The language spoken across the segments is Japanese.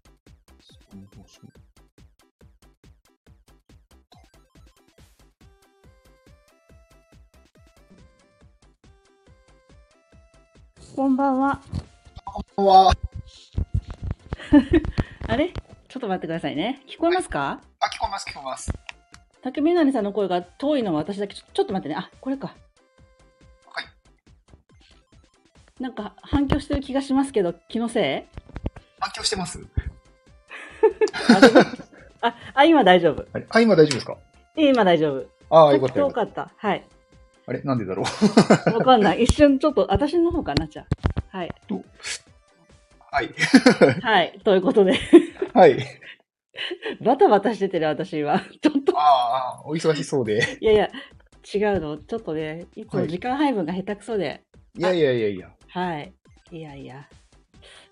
そうそうそう。こんばんは。こんばんは。あれちょっと待ってくださいね。聞こえますかあ、聞こえます、聞こえます。竹みなりさんの声が遠いのは私だけ。ちょちょっと待ってね。あ、これか。はい。なんか反響してる気がしますけど、気のせい反響してますあでもああ、今大丈夫。あ、今大丈夫ですかえ今大丈夫。ああ、よちょかっっとたよ遠かっかった。はい。た。あれ、なんでだろう。わかんない。一瞬ちょっと私の方かな、じゃあ。はい。はい。 はい。ということで、 はい。バタバタしててる私は。ちょっと、ああ、お忙しそうで。いやいや、違うの。ちょっとね、いつも時間配分が下手くそで。いやいやいやいや。はい。いやいや。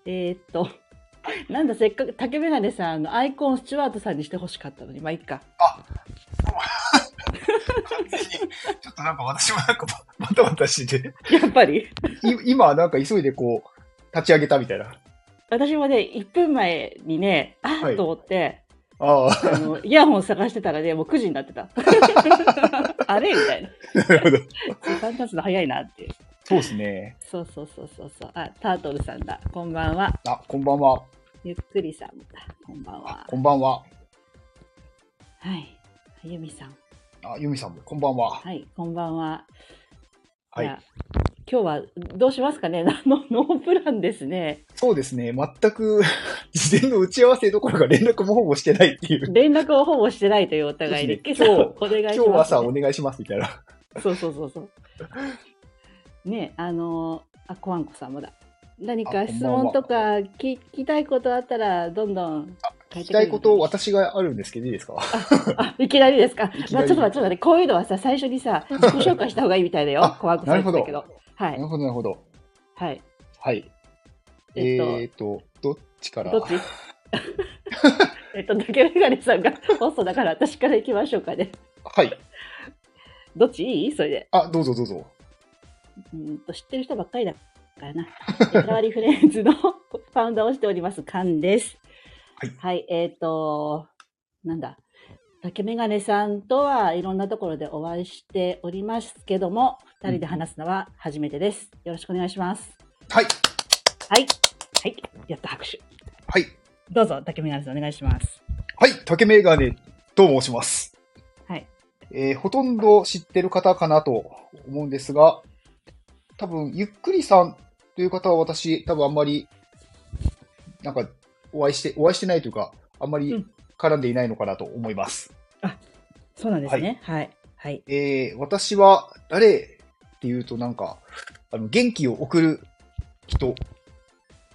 えーっと、 なんだ、せっかく竹メガネさんのアイコンスチュワートさんにしてほしかったのに、まあいっか。 あ、そう。ちょっとなんか私もなんか バタバタしてて、やっぱり。い今なんか急いでこう、立ち上げたみたいな。私もね、1分前にね、あはっいと思って、ああ、あの、イヤホン探してたらね、もう9時になってた。 あれみたいな。なるほど。時間経つの早いなって。そうですね。そうそうそうそうそう。あ、タートルさんだ。こんばんは。あ、こんばんは。ゆっくりさんだ。こんばんは。こんばんは。はい。ゆみさん。あ、ゆみさんも、こんばんは。はい、こんばんは。はじゃいあ。今日はどうしますかね あのノープランですね。そうですね。全く、 事前の打ち合わせどころか連絡もほぼしてないっていう。連絡をほぼしてないというお互いで、そうです今ね朝お願い今します、日はさ、お願いしますみたいな。そうそうそうそう。ねあのーあ、コアンコさんもだ。何か質問とか聞きたいことあったら、どんどん書聞いきてくたれいることを私があるんですけど、いいですかあ、いきなりですか。きなまあ、りちょっと待って、ちょっと待って、こういうのはさ、最初に さ、自己紹介した方がいいみたいだよあ。コアンコさん言ってたけなど。はないる。ほど、なるほど。はい。はい。ええっとーと、どっちからどっち えっと、竹メガネさんがホストだから私から行きましょうかね。はい。どっちいいそれで。あ、どうぞどうぞ。うーんと知ってる人ばっかりだから な。えタワリフレンズの ファウンダーをしております、カンです。はいえっ、と、なんだ。竹メガネさんとはいろんなところでお会いしておりますけども、二人で話すのは初めてです。よろしくお願いします。はい。はい。はい。やった、拍手。はい。どうぞ、竹メガネさんお願いします。はい。竹メガネと申します。はい。えーほとんど知ってる方かなと思うんですが、多分、ゆっくりさんという方は私、多分あんまり、なんか、お会いして、お会いしてないというか、あんまうりん絡んでいないのかなと思います。そうなんですね。はい。はい。えー私は誰っていうとなんか、あの、元気を送る人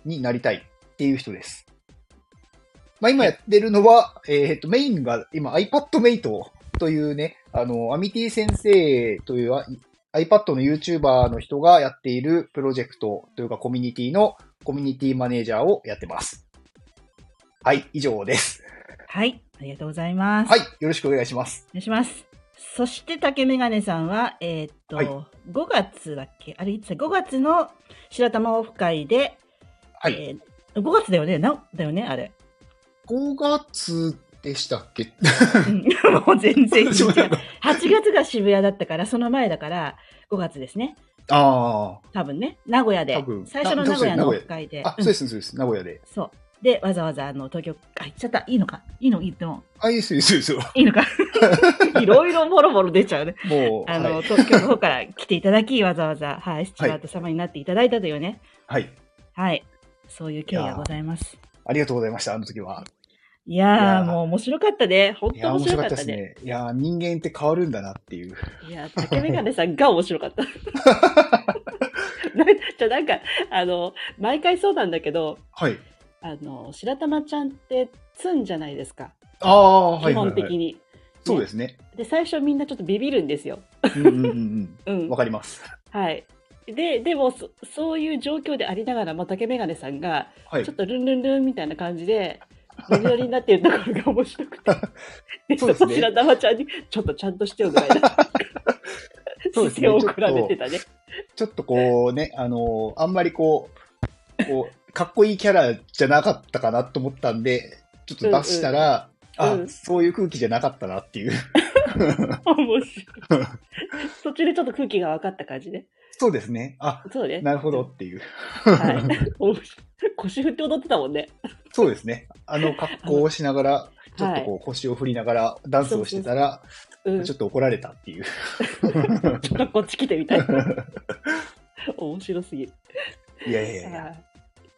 になりたいっていう人です。まあ今やってるのは、えっと、メインが今 iPadMate というね、あの、アミティ先生というあ iPad の YouTuber の人がやっているプロジェクトというかコミュニティのコミュニティマネージャーをやってます。はい、以上です。はい。ありがとうございます。はい、よろしくお願いします。お願いします。そして竹メガネさんは、えーっと、はい5月だっけあれ、いつだ5月の白玉オフ会で、はい。えー5月だよねなだよねあれ。 5月でしたっけうん もう全然違う。そうな8の月が渋谷だったから、その前だから、5月ですね。あ多分ね。名古屋で多分。最初の名古屋なのそオうですフ会で。あ。あ、うんそうです、そうです。名古屋で。そう。で、わざわざ、あの、東京、あ、行っちゃった。いいのかいいの言っても。あ、いいです、いいです、いいです。いい のか いろいろボロボロ出ちゃうね。もう、あの、はい。東京の方から来ていただき、わざ わざ、はい、スチュワート様になっていただいたというね、はい。はい、そういう経緯がございます。ありがとうございました、あの時は。いやー、いやーもう面白かったね。本い当や、面面白白かかっでったたすね。ね。いや、人間って変わるんだなっていう。いやー、竹メガネさんが面白 かった。 なじゃあなんか、あの、毎回そうなんだけど、はい。あの、白玉ちゃんって、ツンじゃないですか。ああ、は基いはい、本は的い。に。そうですね。で、最初みんなちょっとビビるんですよ。うんうんうんううん。んわ。かります。はい。で、でもそ、そういう状況でありながらも、竹メガネさんが、はいちょっ。とルンルンルンみたいな感じで、ノリノリになっているところが面白くて。 でそうですね白玉ちゃんに、ちょっとちゃんとしてよぐらいな。 そう です視ね線を比べてたね。ちょっとこうね、あのあんまりこう、こう、かっこいいキャラじゃなかったかなと思ったんで、ちょっと出したら、うんあ、うんそういう空気じゃなかったなっていう。面白い。途中でちょっと空気が分かった感じね。そうですね。あ、そうね。なるほどっていう。 はい。面白い腰振って踊ってたもんね。そうですね。あの格好をしながら、ちょっとこう腰を振りながらダンスをしてたら、うん。ちょちょっと怒られたっていう。っとこっち来てみ たいな。面白すぎる。いやいやいや。はい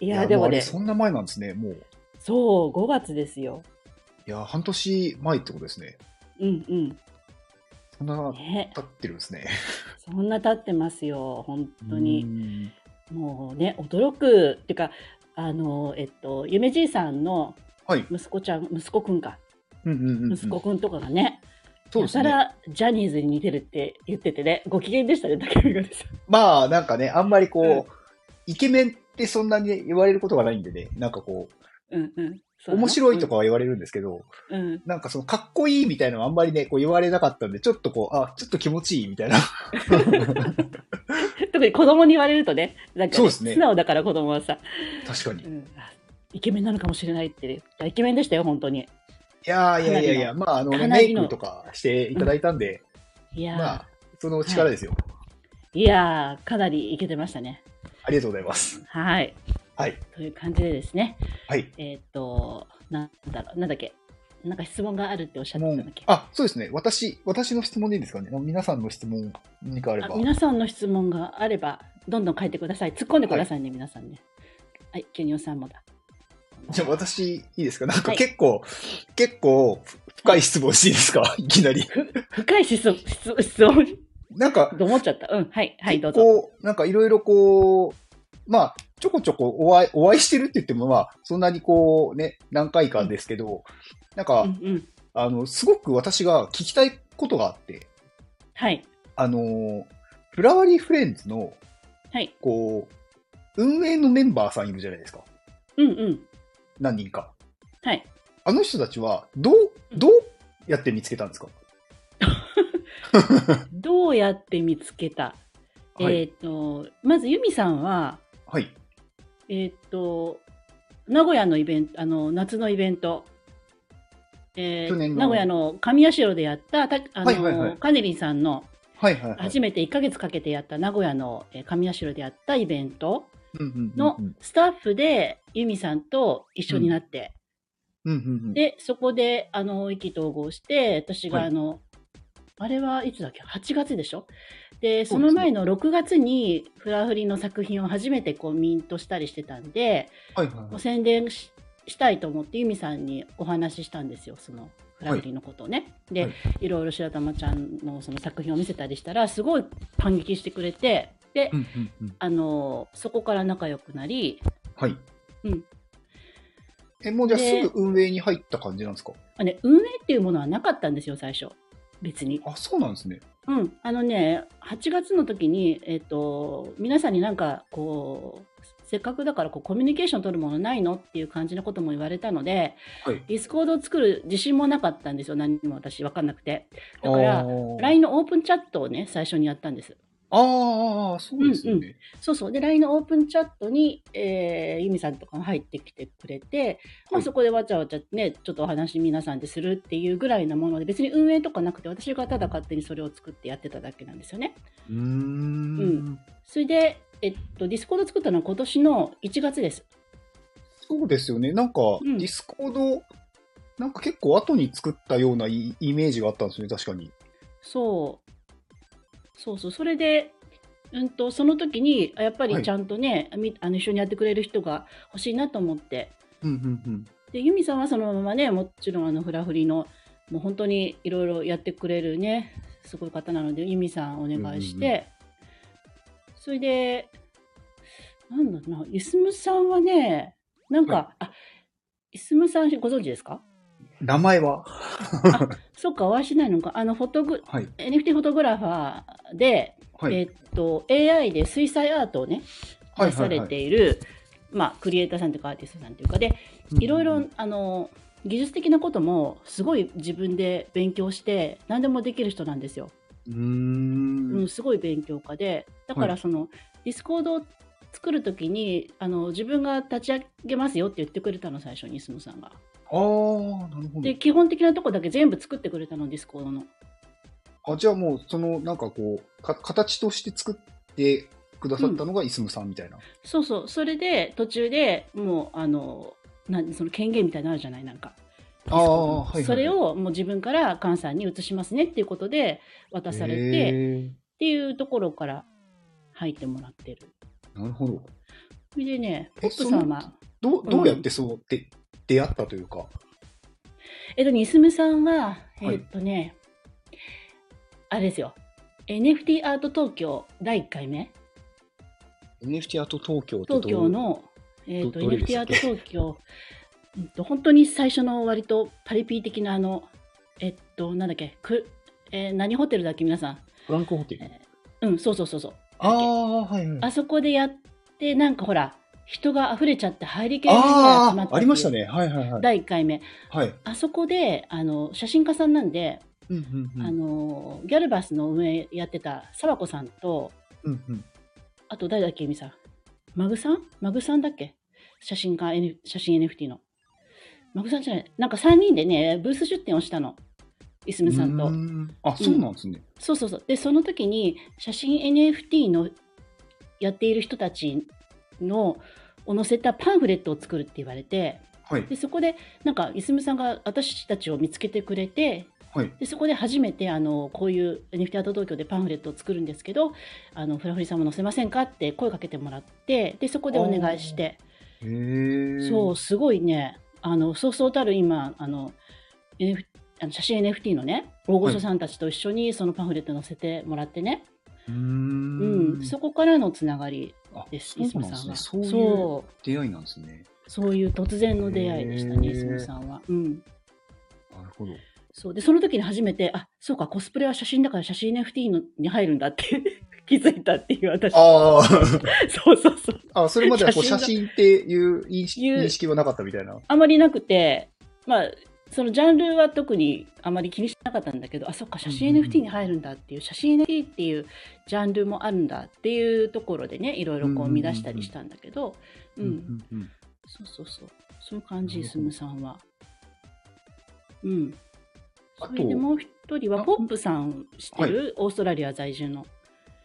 いいや、でうもあれね、そんな前なんですね。もう、そう、5月ですよ。いや、半年前ってことですね。うんう。そんなんね、経ってるんですね。そんな経ってますよ、本当うに。んもうね、驚く。っていうか、あの、えっと、ゆめじいさんのはい。息子ちゃん、息子くんか。うんうんうんうん。息子くんとかがね、そうやですたね。らジャニーズに似てるって言っててね、ご機嫌でしたね、竹眼鏡さん。まあ、なんかね、あんまりこう、イケメンってそんなに言われることがないんでね、なんかこ うんうん。う、そうなの面白いと。かは言われるんですけど、うん。うんなんかその、かっこいいみたいなのはあんまりね、こう言われなかったんで、ちょっとこう、あ、ちょっと気持ちいいみ たいな。特に子供に言われるとね、なんかそうね、ですね素直だから子供はさ、確かうに。いん、あイケメンなのかもしれないってね、いやイケメンでしたよ、本当に。やーいやいやいや、まあ、あの、かなメりイのクとかしていただいたんで、いやー、まあ、その力ですよ。いやー、かなりイケてましたね。ありがとうございます。はい。はい。という感じでですね、はい。えーっ、と、なんだろう、なんだっけ、なんか質問があるっておっしゃってたんだっけ。あ、そうですね。私、私の質問でいいんですかね。皆さんの質問何かあればあ。皆さんの質問があれば、どんどん書いてください。突っ込んでくださいね、皆さんね。はい、ケニオさんもだ。じゃあ私、いいですかなんかはい結構、結構、深い質問していいですかいきな り。深い質問、質質問、なんか、と思っちゃった。うん、はい、はい、どうぞ。こう、なんかいろいろこう、まあ、ちょこちょこお会い、お会いしてるって言っても、まあ、そんなにこう、ね、何回かですけど、なんか、うんうん。あの、すごく私が聞きたいことがあって、はい、あの、フラワリーフレンズの、はい。こう、運営のメンバーさんいるじゃないですか。うんうん。何人か。はい。あの人たちは、どう、どうやって見つけたんですかどうやって見つけた、はいえーっ、と、まずユミさんは、はい。えーっ、と、名古屋のイベント、あの、夏のイベント、えー去年の名古屋の神谷城でやった、たあの、はいはいはいカネリンさんの、はいはい、はい。初めて1ヶ月かけてやった名古屋のえー神谷城でやったイベントうんうんうんうんのスタッフで、ユミさんと一緒になって、うんうんうんで、そこで、あの、意気投合して、私が、はいあの、あれはいつだっけ ?8 月でしょで、そそうですねの前の6月に、フラフリの作品を初めてこう、ミントしたりしてたんで、はいはいこはうい。宣伝ししたいと思って、ユミさんにお話ししたんですよ、その、フラフリのことをね。で、はいい、ろいろ白玉ちゃんのその作品を見せたりしたら、すごい感激してくれて、で、うんうんうんあの、そこから仲良くなり、はい。うん。え、もうじゃあですぐ運営に入った感じなんですかあね、運営っていうものはなかったんですよ、最初。別に。あ、そうなんですね。うん、あのね、8月の時に、えっ、と、皆さんになんか、こう、せっかくだからこうコミュニケーション取るものないのっていう感じのことも言われたので、はいディスコードを作る自信もなかったんですよ、何も私、分かんなくて。だかあら、ー LINE のオープンチャットをね、最初にやったんです。あーあー、そうですよね。そうそう。で、LINE のオープンチャットに、えー、ゆみさんとかも入ってきてくれて、まはあ、いそこでわちゃわちゃね、ちょっとお話皆さんでするっていうぐらいなもので、別に運営とかなくて、私がただ勝手にそれを作ってやってただけなんですよね。うーん。うんそれで、えっと、ディスコード作ったのは今年の1月です。そうですよね。なんか、んディスコード、なんか結構後に作ったようなイイメージがあったんですね、確かに。そう。そうそう。それで、うんと、その時に、あやっぱはりいちゃんとね、みあの一緒にやってくれる人が欲しいなと思って。うんうんで、ユミさんはそのままね、もちろんあの、フラフリの、もう本当にいろいろやってくれるね、すごい方なので、ユミさんお願いして、うんうそれで、なんだろうな、イスムさんはね、なんか、はあ、イスムさんご存知ですかうん。名前はそうか、お会いしないのか。あの、フォトグ、はい。 NFT フォトグラファーで、はい。えーっと、AI で水彩アートをね、はいはいはい出されている、まあ、クリエイターさんとかアーティストさんというかで、うんいろいろ、あの、技術的なことも、すごい自分で勉強して、何でもできる人なんですよ。うー。うんん、すごい勉強家で。だかはら、いその、ディスコードを作るときに、あの、自分が立ち上げますよって言ってくれたの、最初に、イスムさんが。あああ、なるほで、基本的なとこだけ全部作ってくれたの、ディスコードの。ど。あ、じゃあもう、その、なんかこう、か形として作ってくださったのがイスムさんみたいな。そうそう、それで途中でもう、あの、なんその権限みたいなのあるじゃない、なんか。ああはいはいはいそれをもう自分から菅さんに移しますねっていうことで渡されて、っへていうところから入ってもらってる。ーなるほど。それでね、えポップさんは、どう、どうやってそう、で、出会ったというか。えっとね、いすむさんは、えはいっとね、あれですよ、NFT アート東京第1回目、 NFT アート東京ってどう東京の、えっと、どどれでし NFT たアっーけト東京、うんと本当に最初の割とパリピー的なあの、えっと、なんだっけ、くえー何ホテルだっけ、皆さん。フランクホテル。えーうん、そうそうそうそう。ああ、はいはい。あそこでやって、なんかほら、人が溢れちゃって入りきれないぐらい集まあっあ、たあってりいうました。ね。はいはいはい。第1回目。はい。あそこで、あの、写真家さんなんで、うんうんうあん。のギャルバスの運営やってた沢子さんとうんうん。あと誰だっけゆみさんマグさんマグさんだっけ写真家、N、写真 NFT のマグさんじゃないなんか3人でねブース出店をしたのいすみさんうとーんあ、そうなんですね。そうそうそうでその時に写真 NFT のやっている人たちのを載せたパンフレットを作るって言われてはい。でそこでなんかいすみさんが私たちを見つけてくれてはい。でそこで初めてあのこういう NFT アート東京でパンフレットを作るんですけどあのフラフリさんも載せませんかって声かけてもらってでそこでお願いしてへえ。そう。すごいねあのそうそうたる今あの、NF、あの写真 NFT のね大御所さんたちと一緒にそのパンフレット載せてもらってね、うーうんん。そこからのつながりあですそういすみなんでさすんね。はそういうそう出会いなんですね。そういう突然の出会いでしたねへーいすみさんは。うんなるほど。そうでその時に初めてあそうかコスプレは写真だから写真 NFT のに入るんだって 気づいたっていう私あそうそうそうあ、あ、それまではこう写写真が真っていう認識いう認識はなかったみたいな。あまりなくてまあそのジャンルは特にあまり気にしなかったんだけどあそっか写真うんうんうん NFT に入るんだっていう写真 NFT っていうジャンルもあるんだっていうところでねいろいろこう見出したりしたんだけどう、うんんうんうんそうそうそうそういう感じなるすほどむさんはうんあそとれでもう一人はあポップさん知ってる、オーストラリア在住の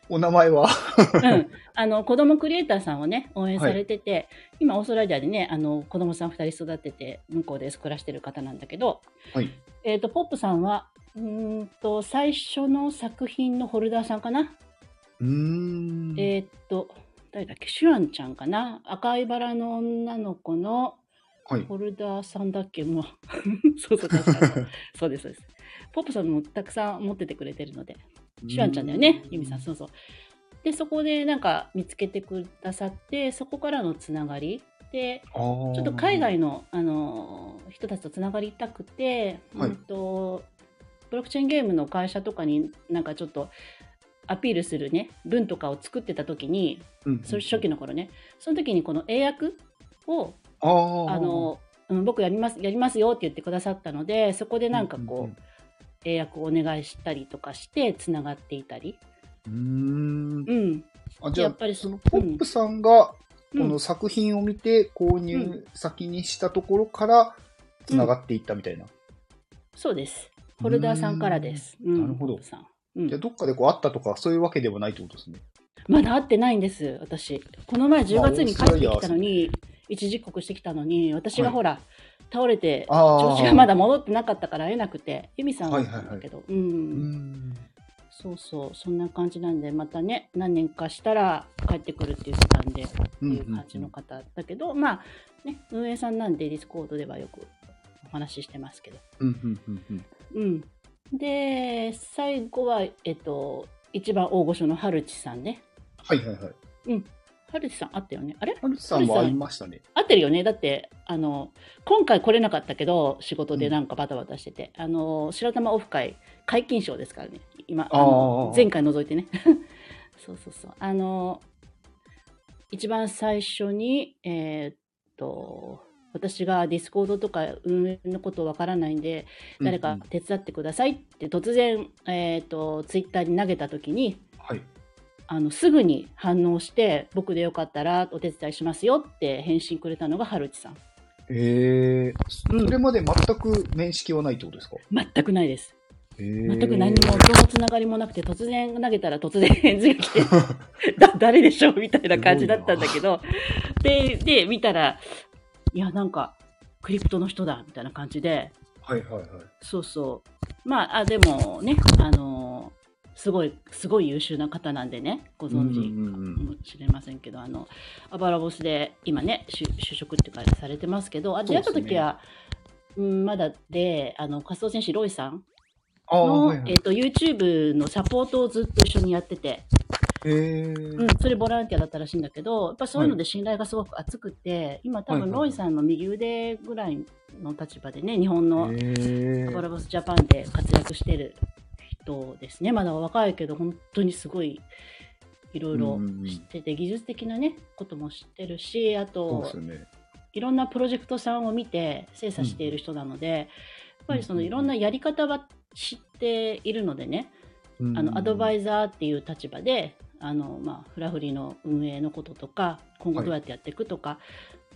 お名前はうん、あの子供クリエイターさんをね応援されてて、今オーストラリアでねあの子供さん2人育てて向こうで暮らしてる方なんだけど、はいえー、とポップさんはうーんと最初の作品のホルダーさんかな、うーん。えっ、と誰だっけシュアンちゃんかな赤いバラの女の子のはい。ホルダーさんだっけもう そうそう確か にそうですそうですポップさんもたくさん持っててくれてるのでシュアンちゃんだよね、ユミさん、そうそう。で、そこでなんか見つけてくださって、そこからのつながり。で、あーちょっと海外の、あのー人たちとつながりたくて、はいうんと、ブロックチェーンゲームの会社とかになんかちょっとアピールするね、文とかを作ってた時に、うんうんそれ初期の頃ね、その時にこの英訳を、あーあのうん僕やりますやりますよって言ってくださったのでそこでなんかこう,、英訳をお願いしたりとかしてつながっていたり、うんうんうんうーんうん、あじゃあやっぱりそのうポんップさんがこうんの作品を見て購入先にしたところからつながっていったみたいな。そうです。ホルダーさんからです。なるほどうんさんうんじゃあどっかでこうあったとかそういうわけではないってことですね。まだ会ってないんです、私。この前10月に帰ってきたのに、一時刻してきたのに、私がほら、倒れて、ああ。調子がまだ戻ってなかったから会えなくて、ゆみさんははい会っはいたはいんだけど、う、うんん。そうそう、そんな感じなんで、またね、何年かしたら帰ってくるっていう時間で、ってうんいうんう感じの方だけど、まあ、ね、運営さんなんで、ディスコードではよくお話ししてますけど。うんうんうんうん。うん、で最後は、えっと、一番大御所のハルチさんね。はいはいはい。ハルチさんあったよねあれハルツさんはありましたね。合ってるよねだってあの今回来れなかったけど仕事でなんかバタバタしてて、あの白玉オフ会解禁賞ですからね今あのあー前回除いてね そうそうそうあの一番最初にえーっと私がディスコードとか運営のことわからないんで誰うかんうん手伝ってくださいって突然、えーっとツイッターに投げた時にはい。あのすぐに反応して僕でよかったらお手伝いしますよって返信くれたのがハルチさんええうんそれまで全く面識はないってことですか全くないです。ええ全く何も、どのつながりもなくて、突然投げたら突然返事 が来て、だ誰でしょうみたいな感じだったんだけど、で、で、見たら、いや、なんか、クリプトの人だ、みたいな感じで、はいはいはい。そうそう。まあ、あでもね、あのーすごい、すごい優秀な方なんでね、ご存うんうん知うんかもしれませんけど、あの、あばらぼしで、今ね、就就職っていうか、されてますけど、あ出会った時は、うん、まだで、あの、活動戦士ロイさんああ、の、はいはいえ。っと、YouTube のサポートをずっと一緒にやってて、ええうん、それボランティアだったらしいんだけど、やっぱそういうので信頼がすごく厚くて、今多はいはい分はいロイさんの右腕ぐらいの立場でね、日本のえコラボスジャパンで活躍してる人ですね。まだ若いけど、本当にすごい、いろいろ知ってて、技術的なね、ことも知ってるし、あそうでとす、よね。いろんなプロジェクトさんを見て精査している人なので、やっぱりそのうんいろんなやり方は知っているのでね、あのアドバイイザーっていう立場で、あのまあ、フラフリの運営のこととか、今後どうやってやっていくとか、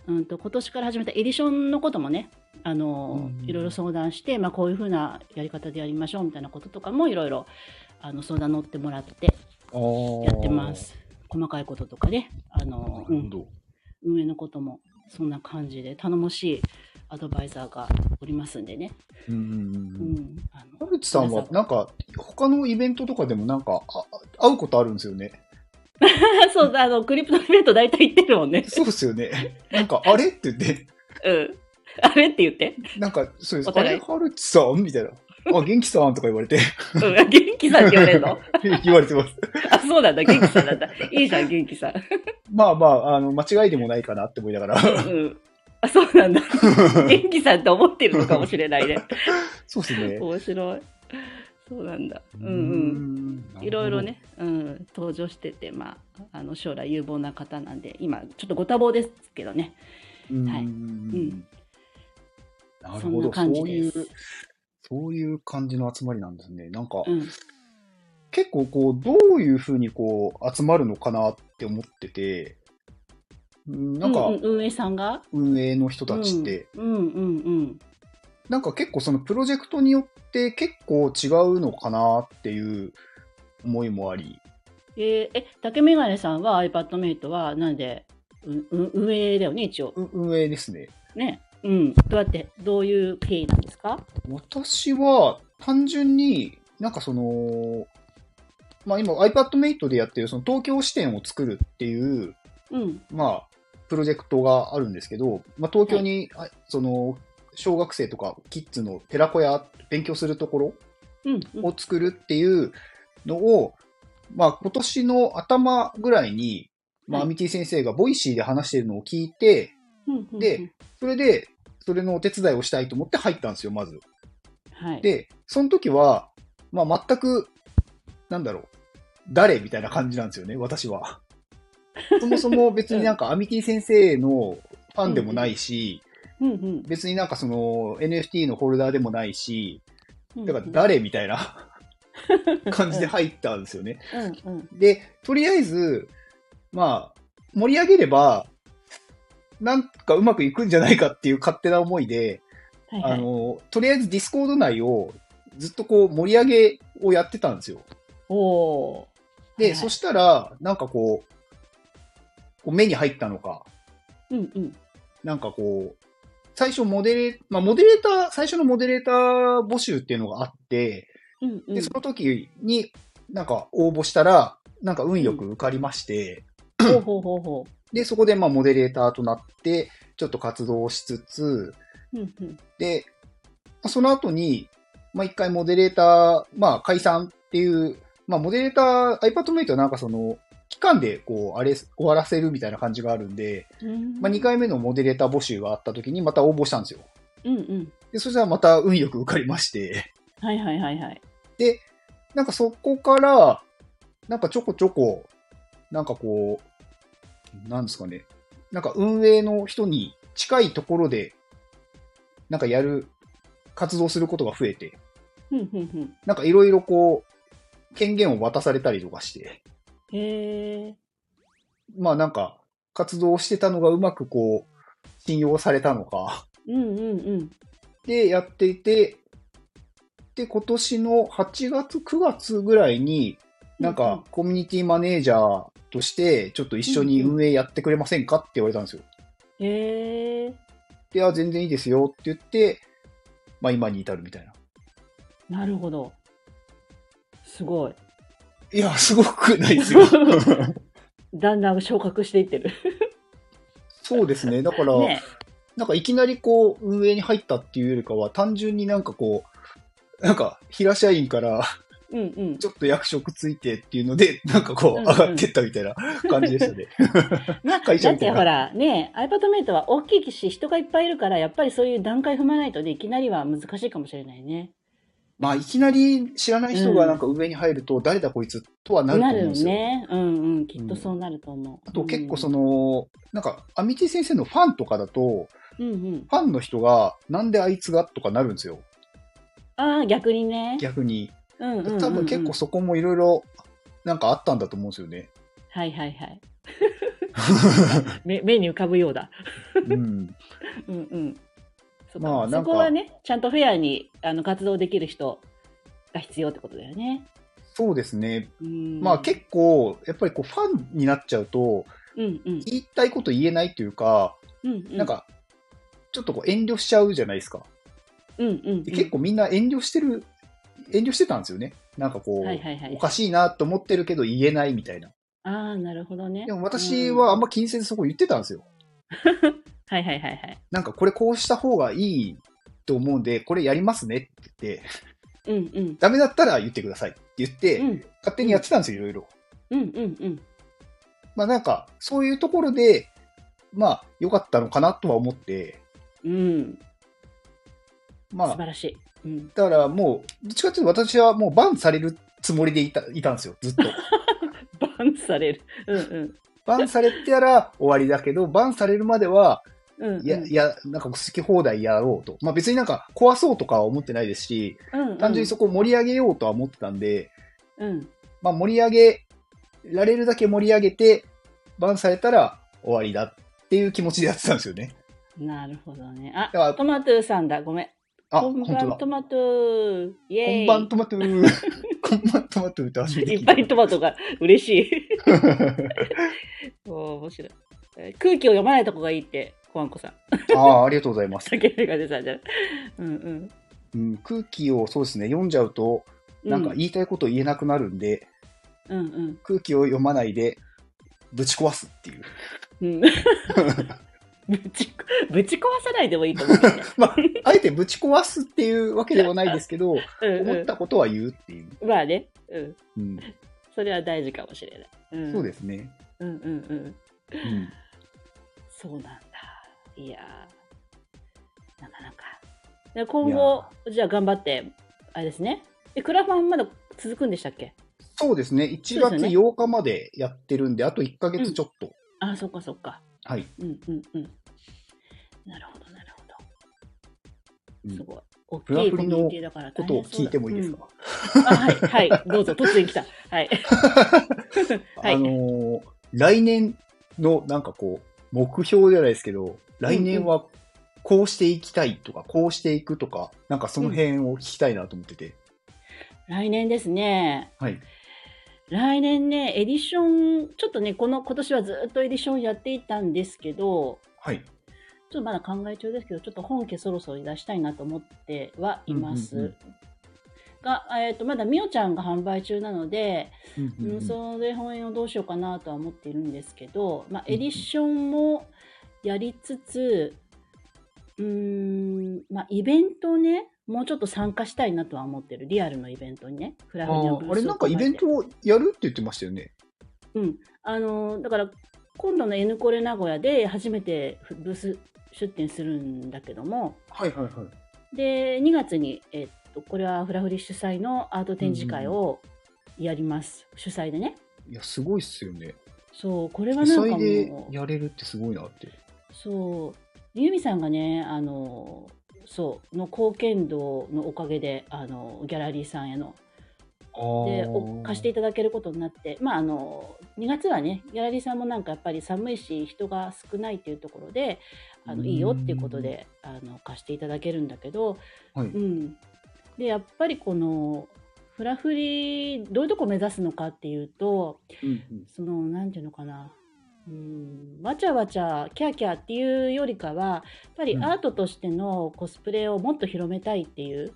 うんと今年から始めたエディションのこともね、あのうんいろいろ相談して、まあ、こういうふうなやり方でやりましょうみたいなこととかもいろいろあの相談乗ってもらってーやってま。す。細かいこととかね、あのなうるほん、ど。運営のこともそんな感じで頼もしいアドバイザーがおりますんでね。うんうんうんううん。ん、あ田の 口さんは、なんか、他のイベントとかでもなんか、あ会うことあるんですよね。そうあのクリプトイベント大体行ってるもんね。そうですよ ね。なんか、あれって言って、うん、あれって言って、なんか、そうです。おあ互れ、いはるちさんみたいな。あ、元気さんとか言われて、うん、元気さんって言われるの 言われてます。あそうなんだ元気さんなんだいいじゃん元気さん。まあまあ、あの、間違いでもないかなって思いなが ら。うん、あそうなんだ元気さんって思ってるのかもしれないね。そうですね。面白い。そうなんだ。うんうん。んいろいろ。ね、うん、登場してて、まあ、あの将来有望な方なんで、今、ちょっとご多忙ですけどね、は。はいいうんなるそんほなど。感じそうでいうす。、そういう感じの集まりなんですね。なんか、うん、結構こう、どういうふうにこう、集まるのかなって思ってて、うんなんかう、運営さんが運営の人たちって、うんうんうんなんか結構そのプロジェクトによって結構違うのかなっていう思いもあり、えーえ竹眼鏡さんは iPadMate はなんでうう運営だよね一応う運営ですね。ねうんどうやってどういう経緯なんですか私は単純になんかその、まあ今 iPadMate でやってるその東京支店を作るっていう、うんまあプロジェクトがあるんですけど、まあ東京に、あその小学生とかキッズの寺子屋、勉強するところうんを作るっていうのを、まあ、今年の頭ぐらいに、まあ、はアいミティ先生がボイシーで話してるのを聞いて、うんうんでそれで、それのお手伝いをしたいと思って入ったんですよ、まず。はいで、その時は、まあ、全く、なんだろう、誰みたいな感じなんですよね、私 は。そもそも別になんか、アミティ先生のファンでもないし、うんうん別になんかその NFT のホルダーでもないし、うんだから誰みたいな 感じで入ったんですよね。うんうんで、とりあえず、まあ、盛り上げれば、なんかうまくいくんじゃないかっていう勝手な思いで、はいはあいの、とりあえずディスコード内をずっとこう盛り上げをやってたんですよ。おーで、はいはいそしたら、なんかこう、こう目に入ったのか、うんうんなんかこう、最初モデレ、まあモデレーター、最初のモデレーター募集っていうのがあって、うんうんで、その時になんか応募したら、なんか運よく受かりまして、ほうほうほうほで、そこでまあモデレーターとなって、ちょっと活動をしつつ、ううんうんで、まあその後に、まあ一回モデレーター、まあ解散っていう、まあモデレーター、iPadMate はなんかその、期間でこう、あれ、終わらせるみたいな感じがあるんで、うんまあ2回目のモデレーター募集があった時にまた応募したんですよ。うんうんで、そしたらまた運よく受かりまして、はいはいはいはいなんかそこから、なんかちょこちょこ、なんかこう、なんですかね、なんか運営の人に近いところで、なんかやる、活動することが増えて、うんうんうんなんかいろいろこう、権限を渡されたりとかして、へえ。まあなんか、活動してたのがうまくこう、信用されたのか。うんうんうん。で、やっていて、で、今年の8月、9月ぐらいに、なんうんうかん、コミュニティマネージャーとして、ちょっと一緒に運営やってくれませんかって言われたんですよ。へえで、あ、全然いいですよって言って、まあ今に至るみたいな。なるほど。すごい。いや、すごくないですよ。 だんだん昇格していってる。 そうですね。だから、ねなんかいきなりこう、運営に入ったっていうよりかは、単純になんかこう、なんか、平社員から、うんうんち。ょっと役職ついてっていうので、なんかこう、うんうん上がってったみたいな感じでした ね。まあ、だ会っ社みたていな ほら、ね、iPadMate は大きいし、人がいっぱいいるから、やっぱりそういう段階踏まないとね、いきなりは難しいかもしれないね。まあ、いきなり知らない人がなんか上に入ると、誰だこいつとはなるとな思うんるですよ。ね。うんうん。きっとそうなると思う。あと結構その、の、なんか、アミティ先生のファンとかだと、うんうん。ファンの人が、なんであいつがとかなるんですよ。ああ、逆にね。逆に。うんうんうんうん。多分結構そこもいろいろ、なんかあったんだと思うんですよね。はいはい はい。目目に浮かぶようだ。うん。うんうん。そ,、まあまあ、なそんかこはね、ちゃんとフェアにあの活動できる人が必要ってことだよね。そうですね。うんまあ結構、やっぱりこうファンになっちゃうと、うんうん言いたいこと言えないというか、うんうん。なんか、ちょっとこう遠慮しちゃうじゃないですか。うんうんうん、で結構みんな遠慮してる、遠慮してたんですよね。なんかこう、はいはいはいおかしいなと思ってるけど言えないみたいな。ああ、なるほどね。でも私はあんま気にせずそこ言ってたんですよ。うん、はいはいはいはい。なんかこれこうした方がいいと思うんで、これやりますねって言って、うんうん。ダメだったら言ってくださいって言って、うん勝手にやってたんですよ、いろいろ。うんうんうん。まあなんか、そういうところで、まあ良かったのかなとは思って、うん、ま素あ晴、らしい。うん、だからもう、どっちかというと私はもうバンされるつもりでいたいたんですよ、ず っと。バンされる。うんバンされてたら終わりだけど、バンされるまでは、うん。うんうん、いや、いや、なんか好き放題やろうと。まあ別になんか壊そうとかは思ってないですし、うんうん、単純にそこを盛り上げようとは思ってたんで、うん、まあ盛り上げられるだけ盛り上げて、バンされたら終わりだっていう気持ちでやってたんですよね。なるほどね。だからあ、トマトゥーさんだ。ごめん。あ、こ本ん当ばんだ。トマトゥー。イこェーんイ。ばんトマトゥ ー。こんばんトマトゥーって初めてい聞っいたぱ。いトマトが嬉しい。 おー面白い。えー空気を読まないとこがいいって、コアンコさん。ああ、ありがとうございます。竹部が出たんじゃない。うんうん。うん、空気をそうですね、読んじゃうと、なんか言いたいこと言えなくなるんで、うんうん空気を読まないで、ぶち壊すっていう。 うん。 ぶちこ、ぶち壊さないでもいいと思うけどね。まあ、あえてぶち壊すっていうわけではないですけど、 うん思ったことは言うっていう。うん。まあね。うん。うん、それは大事かもしれない。うん、。そうですすね。うんうんうん。うん、そうなんだ。いやー。なかなか。で今後、じゃあ頑張って、あれですね。で、クラファンまだ続くんでしたっけそうですね。1そう月ですよね8日までやってるんで、あと1ヶ月ちょっと。あ、そっかそっか。はい。うんうんうん。なるほど、なるほうど。んすごい。大フラきいフコリミのュニティだからことを聞いてもいいですか、大変そうだうんあはい、はい。どうぞ、突然来た。 はい。 はいあのー来年のなんかこう、目標じゃないですけど、来年はこうしていきたいとか、こうしていくとか、なんかその辺を聞きたいなと思ってて。来年ですね。はい。来年ね、エディション、ちょっとね、この、今年はずっとエディションやっていたんですけど、はい。ちょっとまだ考え中ですけど、ちょっと本家そろそろ出したいなと思ってはいます。うんうんうんが、えっ、と、まだみおちゃんが販売中なので、うんうんうんうん、それ本営をどうしようかなとは思っているんですけど、まあ、エディションもやりつつ、うーん、まあ、イベントをね、もうちょっと参加したいなとは思ってる。リアルのイベントにね。フラフあのーあれなんかイベントををやるって言ってましたよね。うん。あのー、だから、今度の N コレ名古屋で初めてブース出展するんだけども、はいはいはい。で、2月に、えっと、これはフラフリ主催のアート展示会をやります。主催でね。いや、すごいっすよね。そう、これ主はなんか催でもう。やれるってすごいなって。そう、ユミさんがね、あの、そう、の貢献度のおかげで、あの、ギャラリーさんへのでお貸していただけることになって、まあ、あの2月はねギャラリーさんもなんかやっぱり寒いし人が少ないっていうところであうのんいいよっていうことであの貸していただけるんだけど、はいうん、でやっぱりこのフラフリどういうとこ目指すのかっていうとうんうんそのなんていうのかなうんわちゃわちゃキャーキャーっていうよりかはやっぱりうんアートとしてのコスプレをもっと広めたいっていう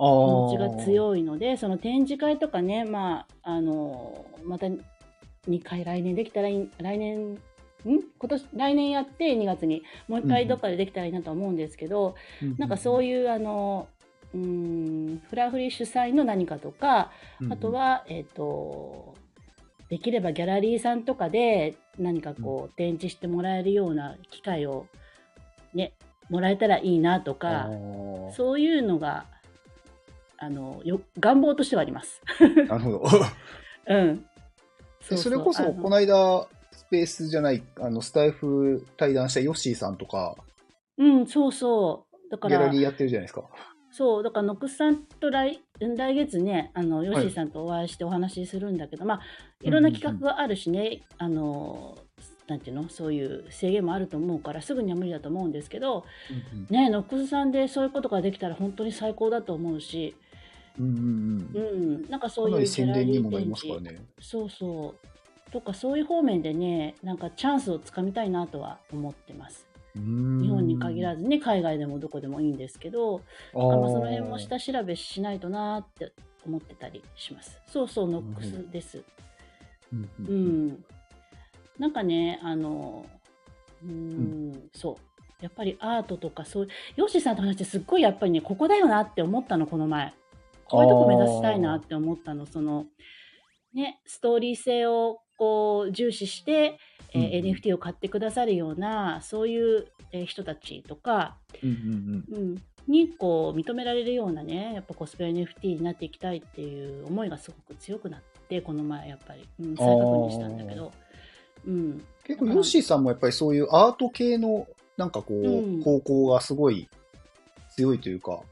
あ気持ちがー強いのでその展示会とかね、まあ、あのまた2回来年できたらいい来年ん今年来年やって2月にもう1うんう回んどっかでできたらいいなと思うんですけど、なんかそういうあのうんフラフリ主催の何かとかうんあと、は、えっとできればギャラリーさんとかで何かこう展示してもらえるような機会を、ね、もらえたらいいなとうんうんか。あーそういうのが、あの、よ、願望としてはあります。 なるほど。うん。でそれこそ、この間、スペースじゃない、あの、スタイフ対談したヨッシーさんとか、あのうん、そうそう。だギかャラらリ、ーやってるじゃないですか。そう、だから、ノックスさんと来、来月ね、あの、ヨッシーさんとお会いしてお話しするんだけど、まあ、いろんな企画があるしね、あの、なんていうのそういう制限もあると思うからすぐには無理だと思うんですけど、ね、ノックスさんでそういうことができたら本当に最高だと思うし、うんうんううん。ん、なんかそうかないうりギャ宣ラ伝にリもーなり展ますから示ね。そうそう。とかそういう方面でね、なんかチャンスをつかみたいなとは思ってます。日日本本に限らず、ずね、海外でもどこでもいいんですけど、ああーんまその辺も下調べしないとなーって思ってたりします。そうそう、ノックスです。うんううんん。なんかね、あの、うーん、そう。やっぱりアートとかそういう、ヨッシーさんと話してすっごいやっぱりね、ここだよなって思ったの、この前。こういうとこ目指したいなって思ったの、その、ね、ストーリー性をこう重視して、えーうんうん NFT を買ってくださるような、そういう、えー人たちとか、うんうんうん、にこう認められるようなね、やっぱコスプレ NFT になっていきたいっていう思いがすごく強くなって、この前やっぱり、うん、再確認したんだけど、うん、結構、ヨッシーさんもやっぱりそういうアート系の、なんかこうんう、方向がすごい強いというか、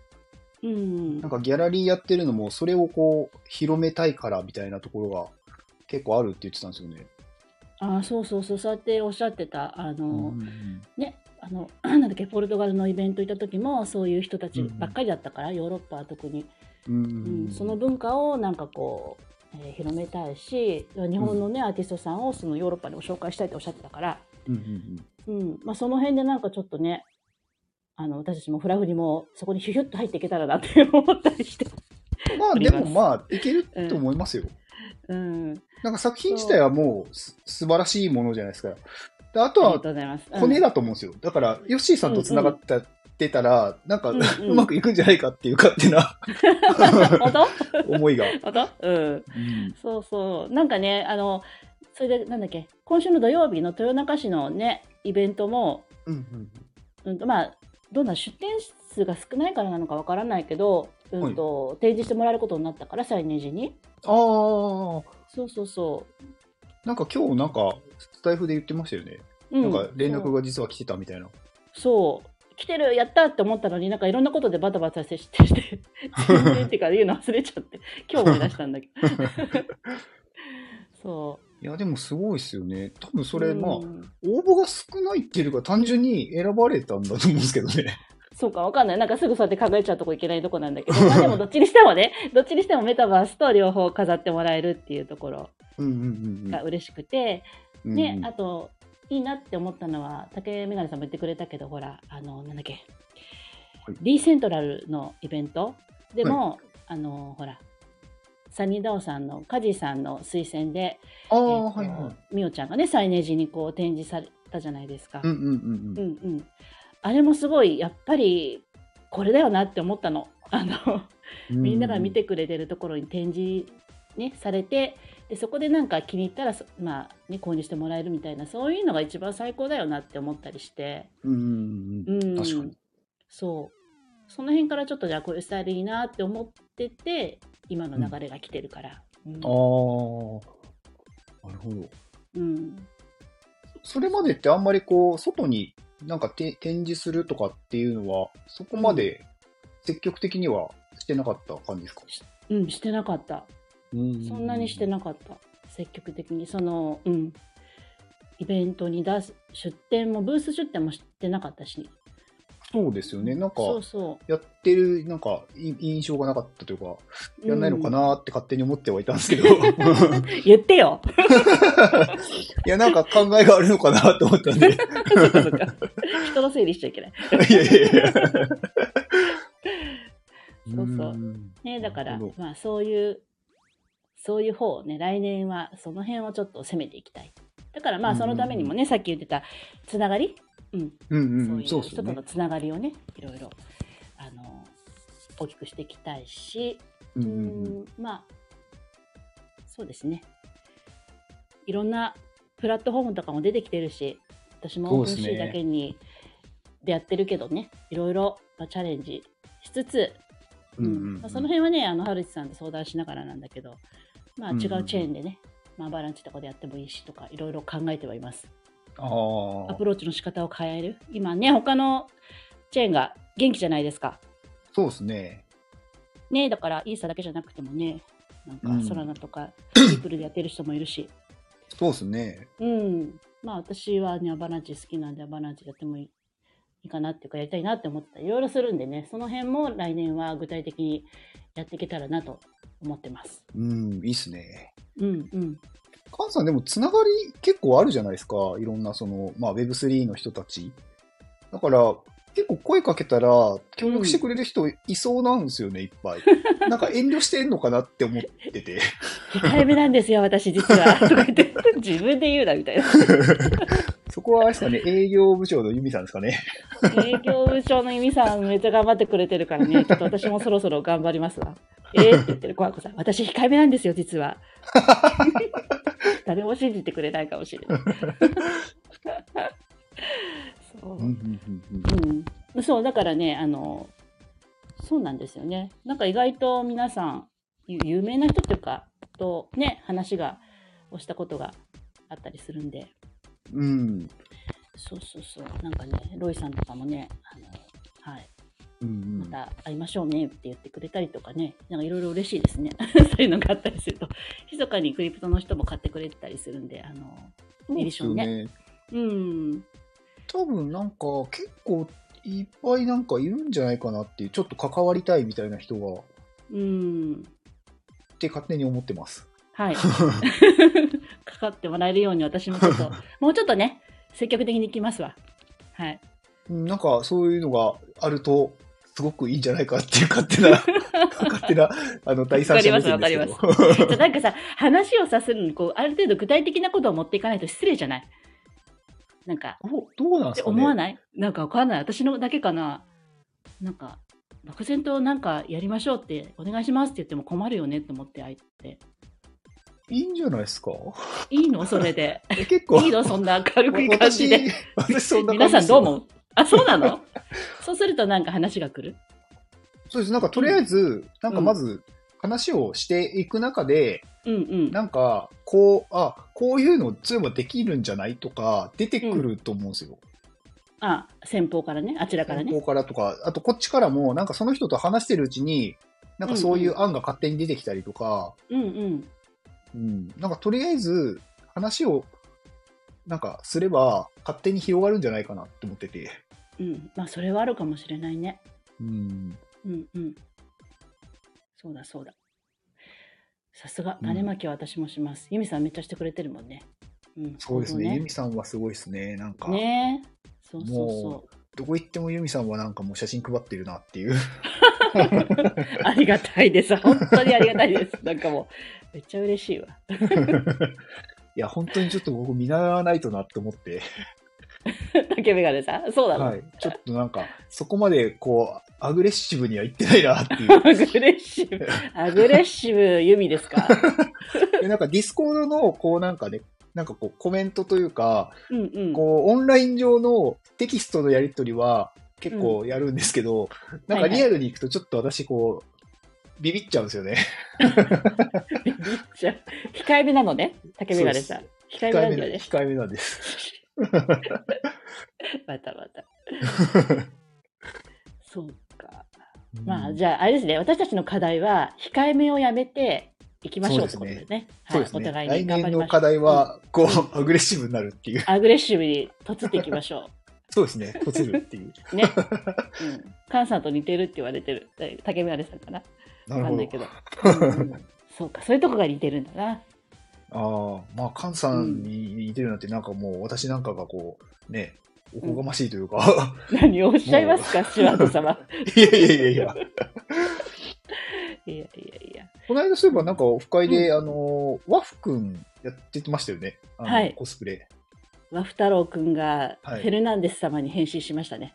うんうんなんかギャラリーやってるのも、それをこう、広めたいからみたいなところが結構あるって言ってたんですよね。あーそうそうそう、そうやっておっしゃってた、あの、うんうんね、あの なんだっけポルトガルのイベント行った時もそういう人たちばっかりだったから、ヨーロッパは特に、うんううんん、その文化をなんかこう、えー広めたいし日本のね、アーティストさんをそのヨーロッパにご紹介したいとおっしゃってたから、うんうんうんうんまあ、その辺でなんかちょっとねあの私たちもフラフリもそこにヒュヒュッと入っていけたらなって思ったりして、まあおりでますもまあいけると思いますよ。うん、なんか作品自体はもうす素晴らしいものじゃないですか。であとありがはとうございます。うんコネだと思うんですよ。だからヨッシーさんと繋がったってたら、なんかう うんうんまくいくんじゃないかっていう勝手な 本当思いが。本当うんうんそうそう。なんかね、あの、それで、なんだっけ、今週の土曜日の豊中市のね、イベントも、うんうんうんと、まあ、どんな出店数が少ないからなのかわからないけど、うんと、提示してもらえることになったから、再ネジに。ああ、そうそうそなんか今日なんかスタイフで言ってましたよね。う。うなんか連絡が実は来てたみたいな。そう。そう来てるやったって思ったのになんかいろんなことでバタバタしてしてして全然っていうか言うの忘れちゃって今日思い出したんだけ どそいやでもすごいですよね。多分うそれまあうん応募が少ないっていうよりか単純に選ばれたんだと思うんですけどね。そうか、わかんない。なんかすぐそうやって考えちゃうとこいけないとこなんだけど、まあでもどっちにしてもね、どっちにしてもメタバースと両方飾ってもらえるっていうところうんうんうんが嬉しくて、うん。ね、あと、いいなって思ったのは、竹メガネさんも言ってくれたけど、ほら、あの、なんだっけ、はいリーセントラルのイベントでも、あの、ほら、サニーダオさんのカジさんの推薦で、ああえー、ーとはいはい。みおちゃんがね、サイネージにこう展示されたじゃないですか。うんうんうんうんう。んうん、あれもすごいやっぱりこれだよなって思ったのあのみんなが見てくれてるところに展示、ね、されてでそこでなんか気に入ったらそ、まあね、購入してもらえるみたいなそういうのが一番最高だよなって思ったりして、うんうんううんん、確かにそうその辺からちょっとじゃあこういうスタイルいいなって思ってて今の流れが来てるから。うんああなるほどうんそれまでってあんまりこう外になんかて展示するとかっていうのはそこまで積極的にはしてなかった感じですか、うん、してなかった。うんそんなにしてなかった。積極的に、その、うん。イベントに出す、出店も、ブース出店もしてなかったし。そうですよね。なんか、そうそやってる、なんか、い印象がなかったというか、う。やんないのかなーって勝手に思ってはいたんですけ ど、 うん、言ってよいや、なんか考えがあるのかなーって思ったんで、い そっかそっか人のせいにしちゃいけない。やいやい や。そうそううんね、だからなるほ、まあそういう、そういう方をね、来年はその辺をちょっと攻めていきたい。だからまあうんうんそのためにもね、さっき言ってたつながり、うん、うんうん、そそううでいうす人とよねの。つながりをね、いろいろ、あの、大きくしていきたいし、うんううんうんんまあ、そうですね。いろんなプラットフォームとかも出てきてるし、私もそうですね OpenC だけにでやってるけどね、いろいろまあチャレンジしつつ、ううんんうんまあその辺はね、あの、はるちさんと相談しながらなんだけど、まあ、うんうん違うチェーンでね、まあ、バランチとかでやってもいいしとか、いろいろ考えてはいます。アああプ、ローチの仕方を変える。今ね、他のチェーンが元気じゃないですか。そうですね。ね、だから、イーサだけじゃなくてもね、なんうか、んソラナとか、リップルでやってる人もいるし、そうですね。うん。まあ、私はね、アバランチ好きなんで、アバランチやってもいいいいかなっていうか、やりたいなって思ってたりいろいろするんでね、その辺も来年は具体的にやっていけたらなと思ってます。うん、いいっすね。うんうん。カンさん、でも、つながり結構あるじゃないですか。いろんな、その、まあ、Web3 の人たち。だから、結構声かけたら、協力してくれる人いそうなんですよね、いっぱい。なんか遠慮してんのかなって思って て。控えめなんですよ、私実は。とか言って、 自分で言うな、みたいな。そこはあれですかね、営業部長のユミさんですかね。営業部長のゆみさん、めっちゃ頑張ってくれてるからね、ちょっと私もそろそろ頑張りますわ。えー、って言ってる、コアコさん。私、控えめなんですよ、実は。誰も信じてくれないかもしれない。そう。うん、そうだからねあのそうなんですよねなんか意外と皆さんゆ有名な人っていうかとね話がをしたことがあったりするんでうん。そうそうそうなんかねロイさんとかもねあの、はい、うんうまん、た会いましょうねって言ってくれたりとかねなんかいろいろ嬉しいですね そういうのがあったりすると密かにクリプトの人も買ってくれてたりするんであのエディションね。うん多分なんか結構いっぱいなんかいるんじゃないかなっていう、ちょっと関わりたいみたいな人が、うんって勝手に思ってます。はい。かかってもらえるように私もちょっと、もうちょっとね、積極的に行きますわ。はい。うんなんかそういうのがあると、すごくいいんじゃないかっていう勝手 な、勝手な、あの、第三者目線ですけど。わかじゃあなんかさ、話をさするのに、こう、ある程度具体的なことを持っていかないと失礼じゃないなん か、どうどうなんっでてすかね思わないなんかわかんない。私のだけかな。なんか、漠然となんかやりましょうって、お願いしますって言っても困るよねって思って、相手。いいんじゃないですかいいのそ れで。え結構、いいのそんな軽くい感私じで。、私そんな感皆じでさんすどうよ思うあ、そうなのそうするとなんか話が来るそうです。なんかとりあえず、なんかまず話をしていく中で、うんうん。なんか、こう、あ、こういうの通話できるんじゃないとか、出てくると思うんですよ。あ、先方からね、あちらから向ねこ。うからとか、あとこっちからも、なんかその人と話してるうちに、なんかそういんう案が勝手に出てきたりとか、うんうん。うん、なんかとりあえず話を、なんかすれば勝手に広がるんじゃないかなって思ってて。うん。まあ、それはあるかもしれないね。うん。うんうん。そうだそうだ。さすが、うん種まきは私もします。ゆみさんめっちゃしてくれてるもんね。うん。そうですね。ユねミさんはすごいですね。なんか、ねえ。そうそうもそうどこ行ってもユミさんはなんかもう写真配ってるなっていう。う。ありがたいです。本当にありがたいです。 なんかもう、めっちゃ嬉しいわ。いや、本当にちょっと僕見習わないとなって思って。竹メガネさん。そうなの。はい。ちょっとなんか、そこまでこう、アグレッシブには行ってないなって いう。 アグレッシブ、アグレッシブユミで すかで、なんかディスコードの、こうなんかね、なんかこうコメントというか、うんうん。こうオンライン上のテキストのやり取りは結構やるんですけど、なんかリアルに行くとちょっと私こう、ビビっちゃうんですよね。ビビっちゃう控えめなのね、竹メガネさん。控えめ控なえんめだなよね。控えめなんです。 またまた。そうか。 まあ、じゃゃあ、あれですね、私たちの課題は、控えめをやめていきましょうってことですね。そうはいですおね。互い来に頑張年りましょのう。課題は、こう、アグレッシブになるっていう。アグレッシブに突っていきましょそうですね。とつるって いう。う。ね。うん。菅さんと似てるって言われてる。え竹村さんかな。なわるかほんど ない。けど。うんうんそうか、そういうとこが似てるんだな。ああ、まあ、菅さんに似てるなんて、なんかもう、私なんかがこう、ね、おこがましいという か。何をおっしゃいますか、シュワード様。いやいやいやいや。いやいやいや。この間そういえば、なんか、オフ会で、あの、ワフくんやってましたよね。あのはいコスプレ。和太郎くんが、フはいェルナンデス様に変身しましたね。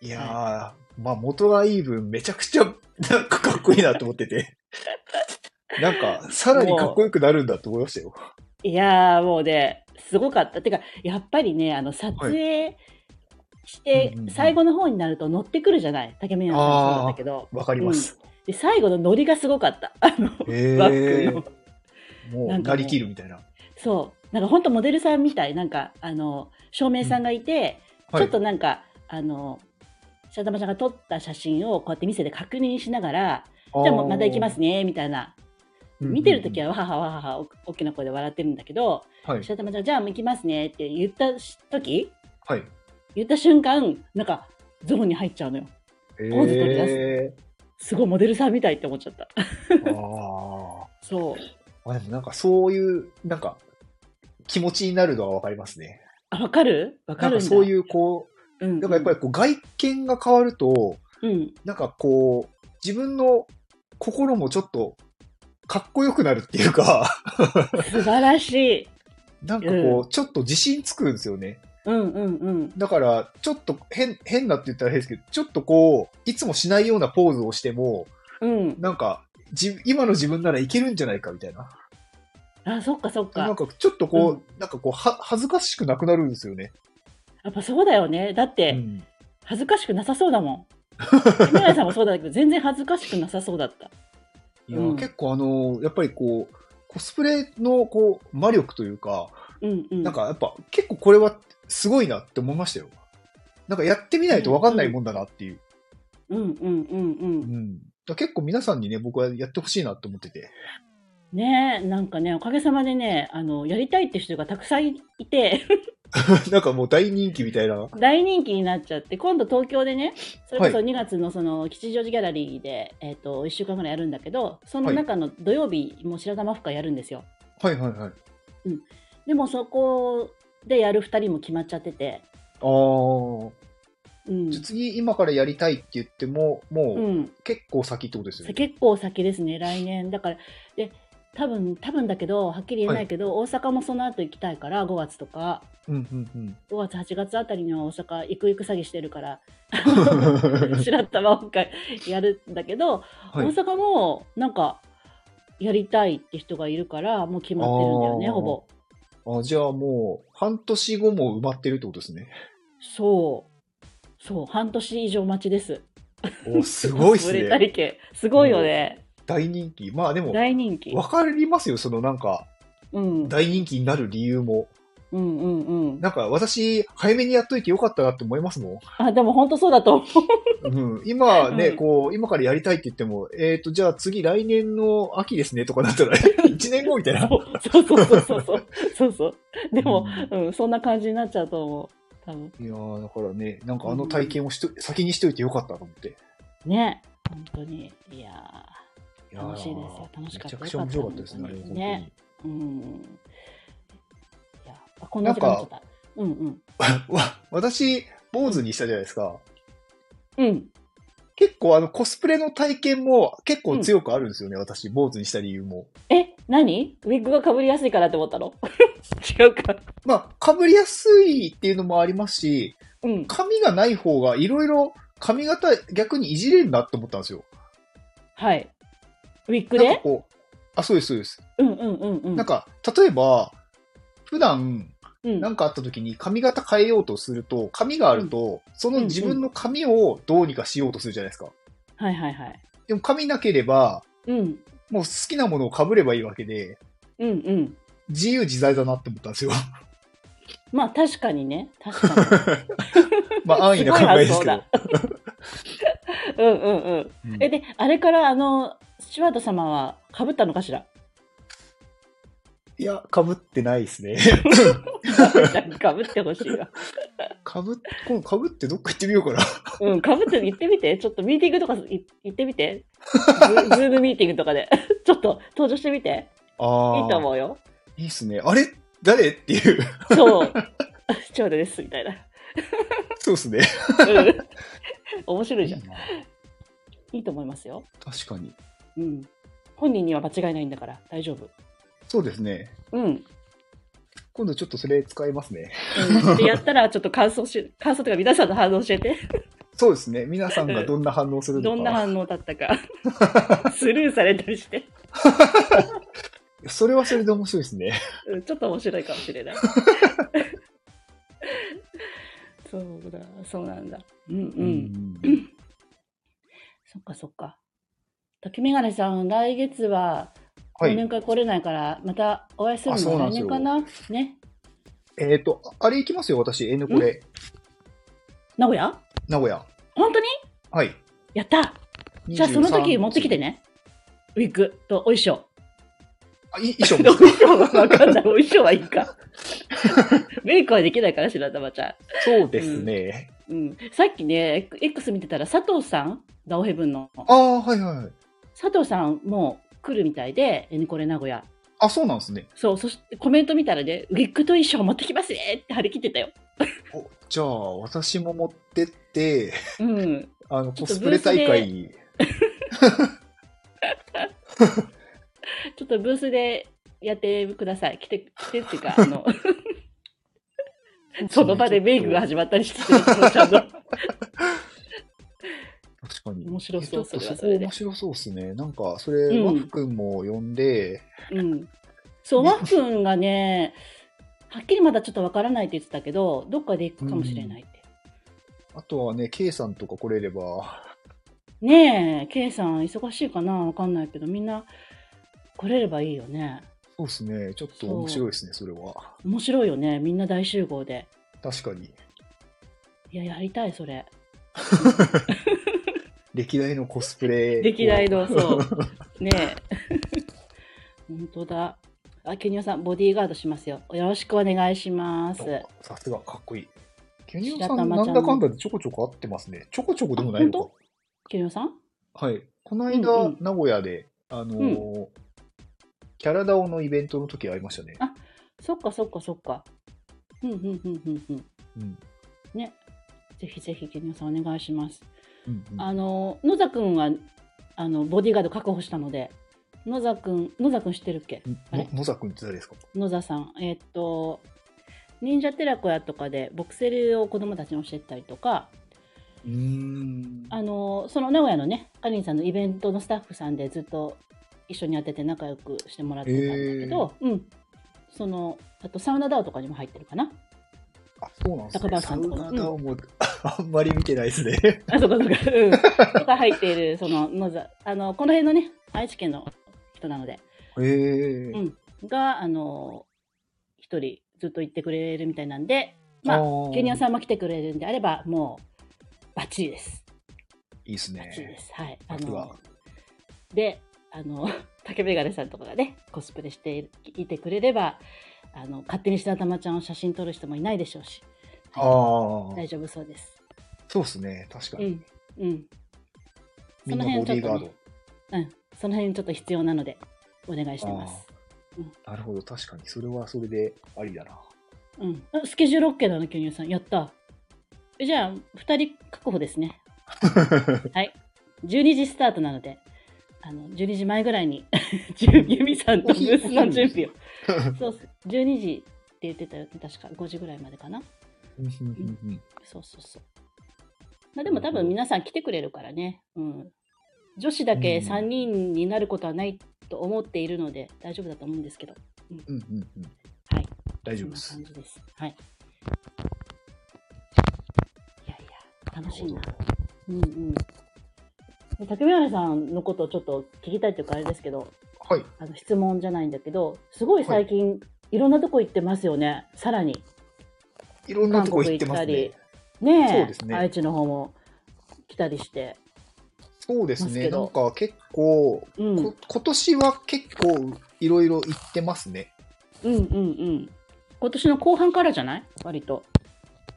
いやー、まあ、元がいい分、めちゃくちゃ、なんかかっこいいなと思ってて。 なんか、さらにかっこよくなるんだと思いましたよ。いやーもうねすごかったてかやっぱりねあの撮影してうんうんうん最後の方になると乗ってくるじゃない竹宮さんもそうだけどわかります。で最後の乗りがすごかったあのへバッえクのもなう、んかなもうりきるみたいな。そうなんかほんとモデルさんみたいなんかあの照明さんがいて、はいちょっとなんか、あの白玉ちゃんが撮った写真をこうやって店で確認しながらじゃあもうまた行きますねみたいな見てるときはわははわはは大きな声で笑ってるんだけどは、はい。白玉ちゃんじゃあもう行きますねって言った時はい。言った瞬間なんかゾーンに入っちゃうのよーズ取り出すへすごいモデルさんみたいって思っちゃ ったーあそうーあ。でもなんかそういう、なんか、気持ちになるのはわかりますね。あわかるわかなんるんかだ、そういうう、こうん、う、なんかやっぱりこう外見が変わると、りうんなんかこう、自分の心もちょっと、かっこよくなるっていうか、 素晴らしいなんかこう、ちょっと自信つくんですよね。うんうんうんだから、ちょっと変、変なって言ったら変ですけど、ちょっとこう、いつもしないようなポーズをしても、うんなんか、じ今の自分ならいけるんじゃないかみたいな。あそっかそっなんかかちょっとこう、うなんかこうは、恥ずかしくなくなるんですよね。やっぱそうだよねだっうてん恥ずかしくなさそう だもんカメラさんもそうだけど全然恥ずかしくなさそうだったいやうん結構あのーやっぱりこう、コスプレのこう、魔力というか、うんうんなんかやっぱ結構これはすごいなって思いましたよ。なんかやってみないとわかんないもんだなっていう。うんうんうんううんん。だから結構皆さんにね、僕はやってほしいなと思ってて。 ねえなんかねおかげさまでねあのやりたいって人がたくさんいて なんかもう大人気みたいな。大人気になっちゃって今度東京でねそれこそは2月のその吉祥寺ギャラリーで、えっと1週間ぐらいやるんだけどその中の土曜日も白玉フカやるんですよはいはいはい。でもそこでやる2人も決まっちゃってて、あー。うんじゃあ次、今からやりたいって言っても、もう、ううん結構先ってことですよね。結構先ですね来年だからで多分多分だけどはっきり言えないけど、大阪もその後行きたいから5月とかうんうん5月8月あたりには大阪行く行く詐欺してるからうん。 白玉フカやるんだけどはい大阪もなんかやりたいって人がいるからもう決まってるんだよねあーほぼあ、じゃあもう、半年後も埋まってるってことですね。そうそう半年以上待ちです お、すごい っす売れ体ね。験すごいよね大人気。まあでも、大人気、わかりますよ、そのなんか、うん、うん大人気になる理由も。うんうんなんか、私、早めにやっといてよかったなって思いますもん。あでも本当そうだと思うん、今ね、うんこう、今からやりたいって言っても、えっ、と、じゃあ次来年の秋ですねとかなったら、1年後 みたいな。うそうそうそうそうそうそうそうでも、ううん、そんな感じになっちゃうと思う多分いやーだからね、なんかあの体験をしと、先にしといてよかったと思って。いね本当にいややー楽しいですよ楽しかっめちたゃくちゃ面白かったですね、あれよか本っ当たに。ねーうんいやあこんな時間になっちゃったうんうん わ、私、坊主にしたじゃないですか。うん結構あのコスプレの体験も結構強くあるんですよね、私、坊主にした理由も。え何ウィッグがかぶりやすいからって思っ たの違うか。まあ、被りやすいっていうのもありますし、うん。髪がない方がいろいろ髪型逆にいじれるなって思ったんですよ。はい。ウィッグなんかでこう、あ、そうです、そうです。うんうんうんうん。なんか、例えば、普段うん、なんかあった時に髪型変えようとすると、髪があると、その自分の髪をどうにかしようとするじゃないですか。はいはいはい。でも髪なければ、うん。もう好きなものを被ればいいわけで、うんうん。自由自在だなって思ったんです よ。ま あ確かにね。確かに。まあ安易な考えですけど。 うんうんうん。うんえ、で、あれから、あの、スチュワード様は被ったのか しらいや、被ってないです ね。かぶってほしいわ。かぶ、今度被ってどっか行ってみようかな。うん、かぶって行ってみて。ちょっとミーティングとかい行ってみて。ズズームミーティングとかで。 ちょっと登場してみて。ああ。いいと思うよ。いいっすね。あれ誰っていう。 そう。スチュワードです、みたいな。そうですね。うん 面白いいじゃいん。ないいと思いますよ。確かに。うん。本人には間違いないんだから大丈夫。そうですね。うん。今度ちょっとそれ使いますね。うんでやったらちょっと感想し、感想というか皆さんの反応教えて。そうですね。皆さんがどんな反応するのか。どんな反応だったか。 スルーされたりして。それはそれで面白いですね。うんちょっと面白いかもしれない。そうだ、そうなんだ。うんうん。うんそっかそっか。竹メガネさん、来月はは忘い年。会来れないから、またお会いするあそうのなはん来ですよ年かなね。えっ、と、あれ行きますよ、私。N これ。名古屋名古屋。本当にはい。やったじゃあその時持ってきてね。ね。ウィッグとお衣 装。あ、い衣装おも。 衣装はわかんない。お衣装はいいか。メイクはできないから、白玉ちゃん。そうですね。うん、さっきね、X 見てたら佐藤さん、ダオヘブンの。ああ、はいはいはい。佐藤さんも来るみたいで、エニコレ名古屋。あ、そうなんですね。そう、そしてコメント見たらね、ウィッグと衣装持ってきますねって張り切ってたよ。おじゃあ、私も持ってって、うん。あの、ちコょっとスプブーレスで大会に。ちょっとブースでやってください。来て、来てっていうか、あの、その場でメイクが始まったりしてるちゃんと。確かに。面白ちそょう、っそとれそはそこれで面。白そうですね。なんか、それ、うんワフ君も呼んで、うん。そう、ワッフンがね、はっきりまだちょっとわからないって言ってたけど、どっかで行くかもしれないって。あとはね、K さんとか来れれば、ねえ、K さん忙しいかなわかんないけど、みんな来れればいいよね。そうですね。ちょっと面白いですね、それは。面白いよね。みんな大集合で。確かに。いや、やりたい、それ。歴代のコスプレ。 歴代 の、そう。ねえ。 本当だ。あ、ケニオさん、ボディーガードしますよ。よろしくお願いします。おさすが、かっこいい。ケニオさ白ん、玉なちゃんんだかんだでちょこちょこ合ってますね。ちょこちょこでもないのあか本。ケニオさんはい。この間、うんうん名古屋で、あのーキャラダオのイベントの時会いましたね。そっかそっかそっか。うんうんうんうんうん。うん。ね。ぜひぜひ、ケニオさんお願いします。うんうんあの野田君はあのボディーガード確保したので野田君野田君知ってるっけあれの野崎くんって誰ですか野田さんえーっと忍者寺子屋とかでボクセルを子供たちに教えたりとかうーん。あのその名古屋のねかりんさんのイベントのスタッフさんでずっと一緒にやってて仲良くしてもらってたんだけど、うんそのあとサウナダウとかにも入ってるかなあ、そうなんです高ね。橋サさんウとかナダオも、 あんまり見てないですね。あ、そうかそうか。うん。とか入っている、その、野田、あの、この辺のね、愛知県の人なので、へえうんが、あの、一人ずっと行ってくれるみたいなんで、まあ、あケニアん。さんも来てくれるんであれば、もう、バッチリです。いいですバッチリでね。す。はい。あさすがの、で、あの、 竹メガネさんとかがね、コスプレしていてくれれば、あの、勝手に白玉ちゃんを写真撮る人もいないでしょうし、ああ。大丈夫そうです。そうですね、確かうに。ん。うん。みんなボディーガードその辺ちょっとね。うん、その辺ちょっと必要なので、お願いしてます。なるほど、確かに。それはそれでありだな。うん、あスケジュール OK だな、巨乳さん。やった。えじゃあ、2人確保ですね。はい。12時スタートなので、あの12時前ぐらいに、 じゅユミさんとブースの準備を。そうそう12時って言ってたよね、確か5時ぐらいまでかな。うんうんうんうんそうそうそう。まあ、でも多分皆さん来てくれるからね。うん。女子だけうん3人になることはないと思っているので、大丈夫だと思うんですけど。うんうんうんはい。大そ丈夫んなです感。じです。はい。いやいや、楽しいなな。うんうん。竹宮原さんのことをちょっと聞きたいというかあれですけど、はい。あの質問じゃないんだけど、すごい最近、い、ろんなとこ行ってますよね。さらに。いろんなとこ行ってますね。ねえそうですね愛知の方も来たりして。そうですますね。けなんどか結構、うん、うんこ今年は結構いろいろ行ってますね。うんうん今年の後半からじゃない割と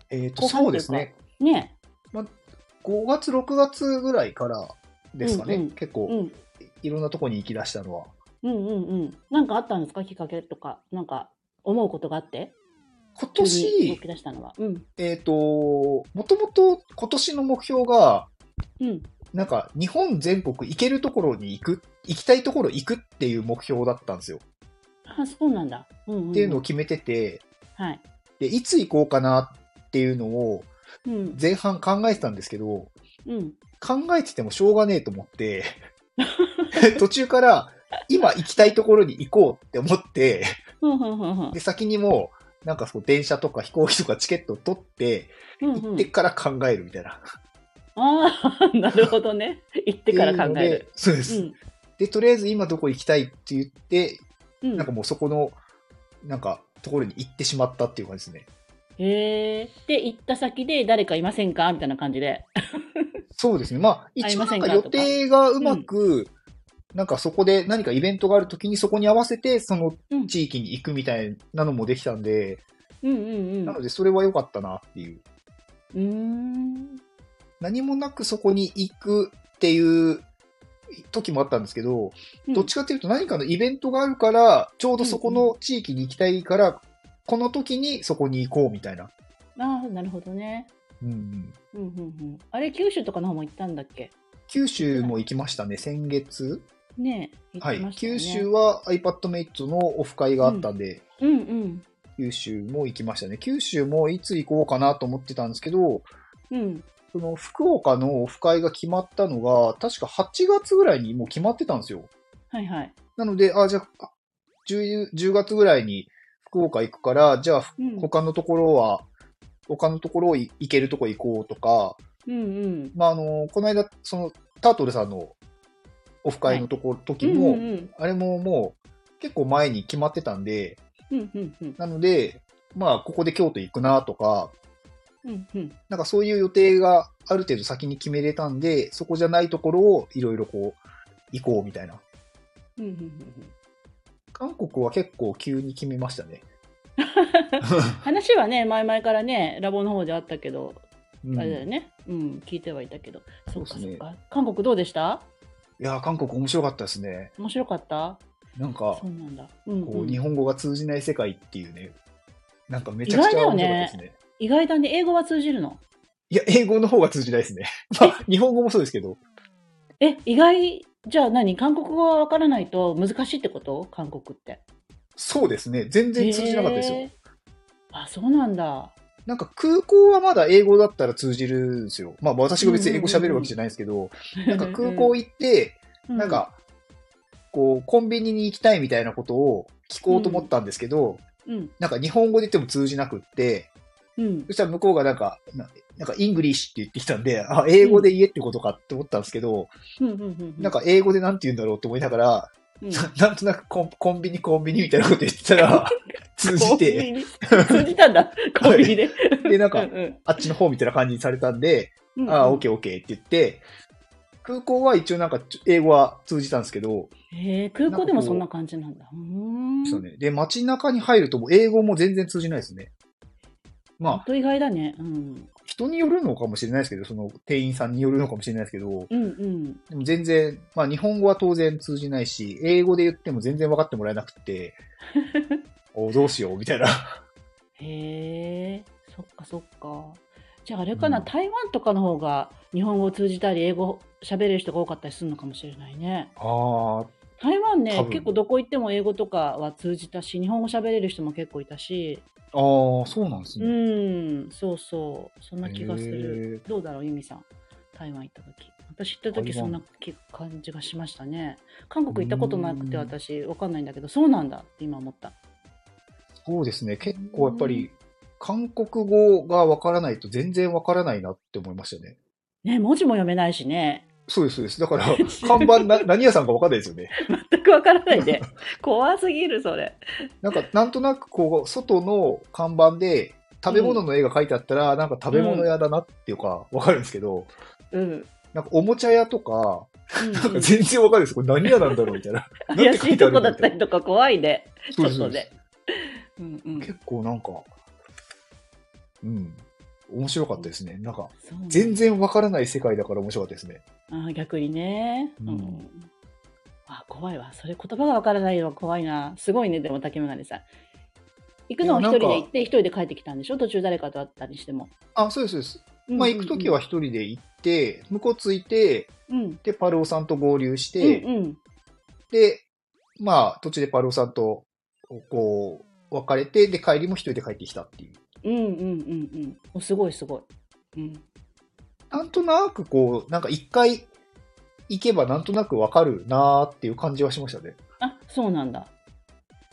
えっ、と、後半そうといでうすかね。ね5月、6月ぐらいからですかね。うんうん結う構、んいろんなとこに行き出したのは。うんうんうんなんかあったんですかきっかけとかなんか思うことがあって今急に動年き、出したのはうんえっ、と、もともと今年の目標が、うんなんか日本全国行けるところに行く、行きたいところ行くっていう目標だったんですよ。あそうなんだ、うんんんっていうのを決めてて、はい、で、いつ行こうかなっていうのをうん前半考えてたんですけど、うん、考えててもしょうがねえと思 って、途中から今行きたいところに行こうって思って、ふんふんふんふんで、先にもう、なんかそう、電車とか飛行機とかチケットを取って、うんう行んってから考えるみたいな。ああ なるほどね行ってから考えるっていうので。そうでうす、んで、とりあえず今どこ行きたいって言って、うんなんかもうそこの、なんか、ところに行ってしまったっていう感じですね。へえで行った先で誰かいませんかみたいな感じでそうですね。まあ、会い一応まなせんんかか予定がうまく、なんかそこで何かイベントがあるときにそこに合わせて、そのうん地域に行くみたいなのもできたんで、うんうんうんなのうでそれは良かったなっていう。ーん何もなくそこに行くっていう時もあったんですけど、うんどっちかっていうと何かのイベントがあるから、ちょうどそこの地域に行きたいから、この時にそこに行こうみたいな。ああなるほどねうんうん、うんうんうんあれ九州とかの方も行ったんだっけ九州も行きましたね、先月。ねえ行はっていま。した九よね州は iPadMate のオフ会があったんで、うんうん九州も行きましたね。九州もいつ行こうかなと思ってたんですけど、うんその福岡のオフ会が決まったのが、確か8月ぐらいにもう決まってたんですよ。はいはいなので、あ、じゃあ、10, 10月ぐらいに福岡行くから、じゃあ、うん他のところは、他のところをい行けるとこ行こうとか、うんうんまあ、あの、この間、その、タートルさんのオフ会のとこ、時も、うんうんあれももう、結構前に決まってたんで、うんうんうんなので、まあ、ここで京都行くなとか、うんうんなんかそういう予定がある程度先に決めれたんで、そこじゃないところをいろいろこう、行こうみたいな。うんうんうんうん韓国は結構急に決めま したね。話はね前々からねラボの方であったけどうんあれだよね、うん、聞いてはいたけど、そっかそうそでっすか。韓国どうでしたいやー、韓国面白かったですね。面白かったなんかそ、うなんだ。うんこうう、ん日本語が通じない世界っていうね、なんかめちゃくち意外だゃよ面白ねかったですね。意外だね、英語は通じるの。いや、英語の方が通じないです ね。まあ、日本語もそうですけど、え、意外、じゃあ何韓国語がわからないと難しいってこと韓国って。そうですね。全然通じなかったですへよー。あ、そうなんだ。なんか空港はまだ英語だったら通じるんですよ。まあ私が別に英語喋るわけじゃないんですけど、なんか空港行って、うなん、か、こう、コンビニに行きたいみたいなことを聞こうと思ったんですけど、うん、なんか日本語で言っても通じなくって、うんそ、したら向こうがなんか、ななんかイングリッシュって言ってきたんで、あ、英語で言えってことかって思ったんですけど、うん、うんうん。なん、か英語でなんて言うんだろうって思いながら、うん、なんとなくコンコンビニコンビニみたいなこと言ってた ら、通じコンビて、ニ。通じ たんだ、コンビニで。でなんかううんあっちの方みたいな感じにされたんで、うん、ああ、オッケーオッケーって言って、空港は一応なんかちょ英語は通じたんですけど、へえ、空港でもそんな感じなんだ。うーん。そうね。で、街中に入るともう英語も全然通じないですね。ほんまあ、と意外だね。うん。人によるのかもしれないですけど、その店員さんによるのかもしれないですけど、うん、うん。でも全然、まあ日本語は当然通じないし、英語で言っても全然分かってもらえなく て、おどうしようみたいな。へえ、そっかそっか。じゃああれかな、うん台湾とかの方が日本語を通じたり英語喋れる人が多かったりするのかもしれないね。ああ、台湾多ね分結構どこ行っても英語とかは通じたし日本語喋れる人も結構いたしああ、そうなんですうね。んそうそうそんな気がすへるどうだろうゆみさん台湾行った時私行った時台そ湾んな気感じがしましたね韓国行ったことなくてうん私わかんないんだけどそうなんだって今思ったそうですね。結構やっぱり、韓国語が分からないと全然分からないなって思いましたね。ね文字も読めないしねそうです、そうです。だ から、看板な、何屋さんか分かんないですよね。全くわからないで怖すぎるそれなんか、なんとなくこう、外の看板で、食べ物の絵が書いてあったら、なんか食べ物屋だなっていうか、分かるんですけど、うんなんかおもちゃ屋とか、なうんんうかん全然わかんないです。これ何屋なんだろうみたいな。なんて怪書しいいてあるとこんだだったりとか怖いね。そうです ちょっとそうでね。うんうん。結構なんか、うん。面白かったですね。なんか、そうね全。然わからない世界だから面白かったですね。あー逆にね。うんうん。あ怖いわ。それ言葉がわからないのは怖いな。すごいね、でも竹村さん。行くのを一人で行って、一人で帰ってきたんでしょ途中誰かと会ったりしても。あ、そうです、そうです。まあ、行くときは一人で行って、向こう着いて、うんうん。で、パルオさんと合流しうんて、うん。で、まあ、途中でパルオさんと、こう、別れて、で、帰りも一人で帰ってきたっていう。うんうんうんうん。おすごいすごい。うん。なんとなく、こう、なんか一回行けばなんとなくわかるなーっていう感じはしましたね。あそうなんだ。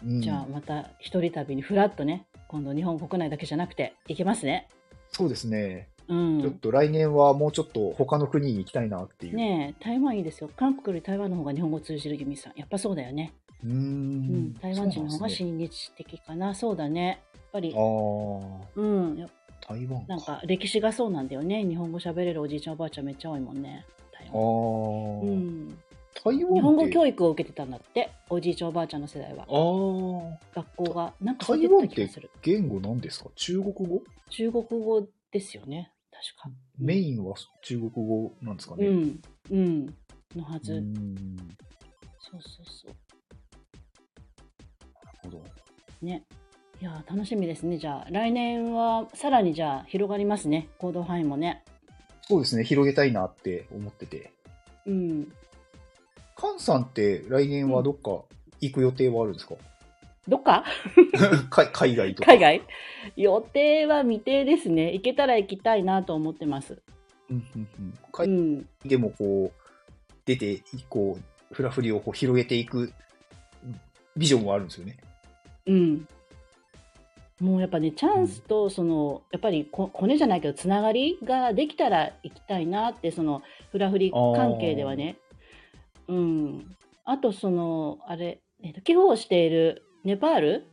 うん、じゃあまた一人旅にフラッとね、今度日本国内だけじゃなくて行けますね。そうですね。うちょっん。と来年はもうちょっと他の国に行きたいなっていう。ねえ、台湾いいですよ。韓国より台湾の方が日本語通じるギミさん。やっぱそうだよね。うーうんん。台湾人の方がそう親日的かな。そうだね。やっぱなんり、ですねうん。やああ、台湾なんか歴史がそうなんだよね。日本語喋れるおじいちゃんおばあちゃんめっちゃ多いもんね。台ああ、湾。うん。台湾って日本語教育を受けてたんだって。おじいちゃんおばあちゃんの世代は。ああ、学校が。なんかそう言ってた気がする。言語なんですか中国語中国語ですよね。確か。うんメインは中国語なんですかね。う。うんうん。のはず。ーんなそうそうそう。るほど。ね。いやー、楽しみですね。じゃあ、来年はさらにじゃあ、広がりますね。行動範囲もね。そうですね、広げたいなって思ってて。うん。カンさんって来年はどっか行く予定はあるん ですか、どっかか海外とか。海外予定は未定ですね。行けたら行きたいなと思ってます。うんうんうんう海外ん。でもこう、出て、こう、フラフリをこう広げていくビジョンはあるんですよね。うん。もうやっぱね、チャンスと、その、やっぱりこ、コネじゃないけど、つながりができたら行きたいなって、その、フラフリ関係ではね。うん。あと、その、あれ、えっと、寄付をしているネパール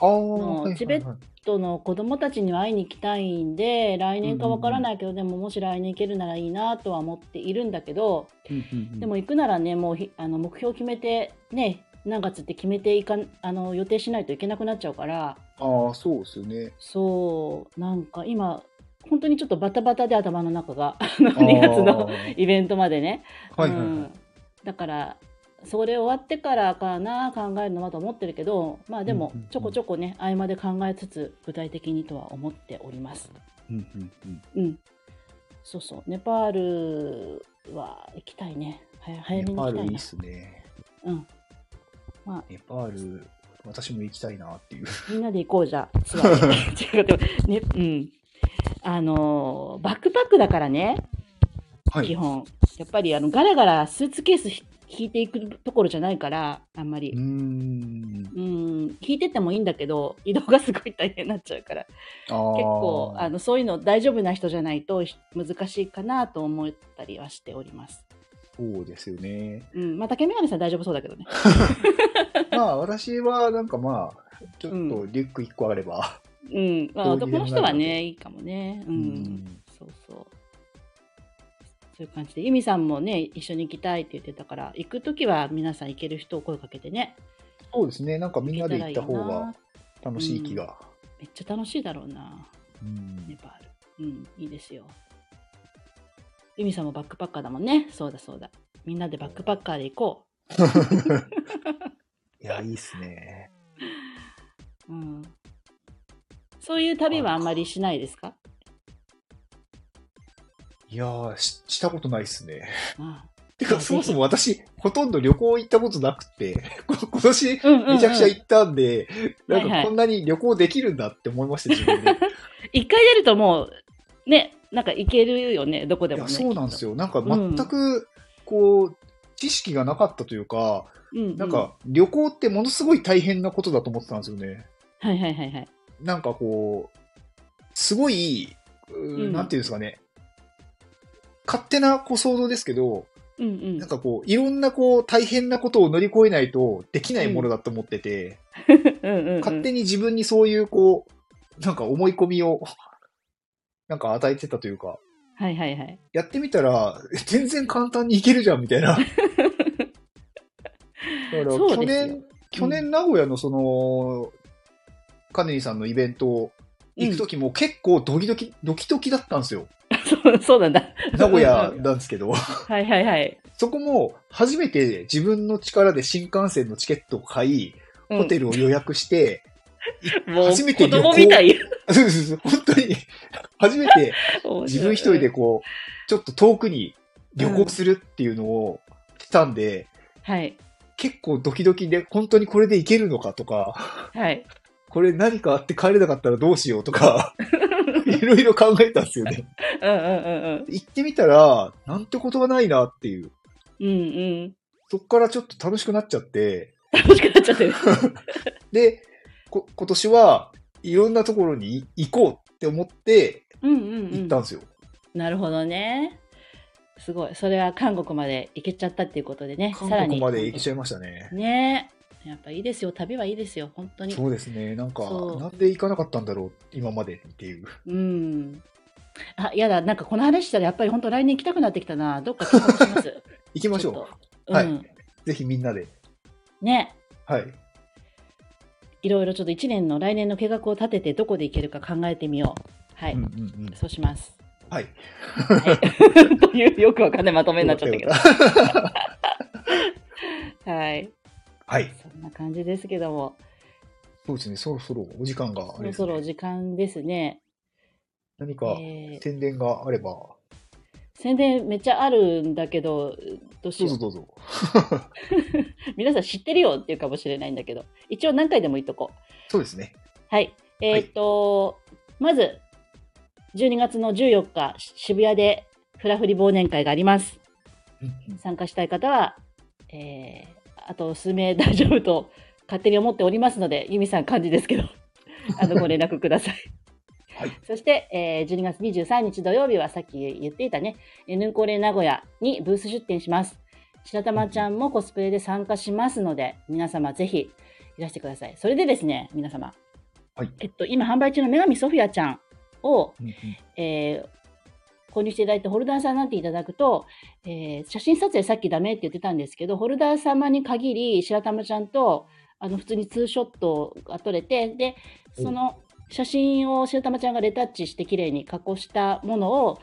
ああ、もうはいはいはいチベットちょっとの子供たちには会いに行きたいんで来年かわからないけど、でももし来年行けるならいいなとは思っているんだけど、うんうんうんでも行くならねもうひあの目標を決めてね何月って決めていかんあの予定しないといけなくなっちゃうからああ、そうですよ ね。そうなんか今本当にちょっとバタバタで頭の中があの2月の あーイベントまでね、はいはいはうい。ん、だからそれ終わってからかな考えるのはと思ってるけどまあでもうんうんうんちょこちょこね合間で考えつつ具体的にとは思っておりますうんうんうんうんそうそうネパールは行きたいねはや早めネにパ行ーきたルいいいなっすね。うんまあネパール、私も行きたいなっていう。みんなで行こうじゃあツアーで違うでもねうんあのーバックパックだからねは基い。本やっぱりあのガラガラスーツケースひ引いていくところじゃないからあんまりうーん。うん、聞いててもいいんだけど移動がすごい大変になっちゃうから結結構あのそういうの大丈夫な人じゃないとひ難しいかなと思ったりはしております。そうですよね。うん、まあ竹眼鏡さん大丈夫そう だけどね。まあ、私はなんかまあ、ちょっとうリュック1個あれば。うん、まあどうにでも男の人はなるのねいいかもね。うん、うんそうそう。そういう感じで由美さんもね一緒に行きたいって言ってたから行く時は皆さん行ける人を声かけてね。そうですね。なんかみんなで行った方行けらいいがな楽しい気が。めっちゃ楽しいだろうなうんネパール。うん、いいですよ。ゆみさんもバックパッカーだもんね。そうだそうだ。みんなでバックパッカーで行こいや、いいっすね。う。うん。そういう旅はあんまりしないですかいやーし、したことないっすね。 ああていか、やそもそも私、ほとんど旅行行ったことなくて、こ今年、うんうんうんめちゃくちゃ行ったんで、はいなはいんかこんなに旅行できるんだって思いました、自分 で。一回出るともう、ね、なんか行けるよね、どこでいもやね。そうなんですよ。よ。なんか全く、こう、知識がなかったというか、うんうん、なんか旅行ってものすごい大変なことだと思ってたんですよね。はいはいはいはい。なんかこう、すごい、うーうんなんていうんですかね、勝手なこう想像ですけど、うんうん。なんかこう、いろんなこう、大変なことを乗り越えないとできないものだと思ってて、うんうんうん、勝手に自分にそういうこう、なんか思い込みを、なんか与えてたというか、はいはいはい。やってみたら、全然簡単にいけるじゃん、みたいな。だから、そ去うですよ年、。去年名古屋のその、カネリーさんのイベント行くときも結構ドキドキ、ドキドキだったんですよ。そうそうなんだ。名古屋なんですけど、はいはいはい。そこも初めて自分の力で新幹線のチケットを買い、ホテル、ルを予約して、 もう初めて子旅行供みたい。そうそうそう、本当に、初めて自分一人でこう、ちょっと遠くに旅行するっていうのをしたんで、はい。結構ドキドキで、本当にこれでいけるのかとか、はい。これ何かあって帰れなかったらどうしようと か、いろいろ考えたんですよね。うんうんうんうん。行ってみたら、なんてことがないなっていう。うんそっからちょっと楽しくなっちゃって、うん。楽しくなっちゃってる。で、こ今年はいろんなところに行こうって思ってうんうんう行っんた。んですよ。なるほどね。すごい。それは韓国まで行けちゃったっていうことでね。さら韓に。国まで行けちゃいましたね。ねえ。やっぱいいですよ。旅はいいですよ。本当に。そうですね。なんか、そうなんで行かなかったんだろう、今までっていう。うん。あ、やだ。なんかこの話したらやっぱり本当来年行きたくなってきたな。どっか企画します。行 行きましょう。はいうん。う。ぜひみんなで。ね。はい。いろいろちょっと1年の来年の計画を立ててどこで行けるか考えてみよう。はい。うんうんうん。そうします。はい。はい、 というよくわかんないまとめになっちゃったけど。 はい。はい。そんな感じですけども、そうですね。そろそろお時間があれそろですそね、ろお時間ですね。何かえー宣伝があれば、宣伝めっちゃあるんだけど、どうしどうよぞう。どうぞ。皆さん知ってるよっていうかもしれないんだけど、一応何回でも言っとこう。そうですね。はい。えーっと、まず、12月の14日、渋谷でフラフリ忘年会があります。うんうん参加したい方は、えー、あと数名大丈夫と勝手に思っておりますので、ユミさん漢字で すけど、あの、ご連絡ください。はいそして、えー12月23日土曜日はさっき言っていたね、えーヌンコレ名古屋にブース出店します。白玉ちゃんもコスプレで参加しますので、皆様ぜひいらしてください。それでですね、皆様。はいえっと、今販売中の女神ソフィアちゃんを、うんうんえー購入していただいて、ホルダーさんになっていただくと、えー写真撮影さっきダメって言ってたんですけど、ホルダー様に限り、白玉ちゃんと、あの、普通にツーショットが撮れて、で、その写真を白玉ちゃんがレタッチして綺麗に加工したものを、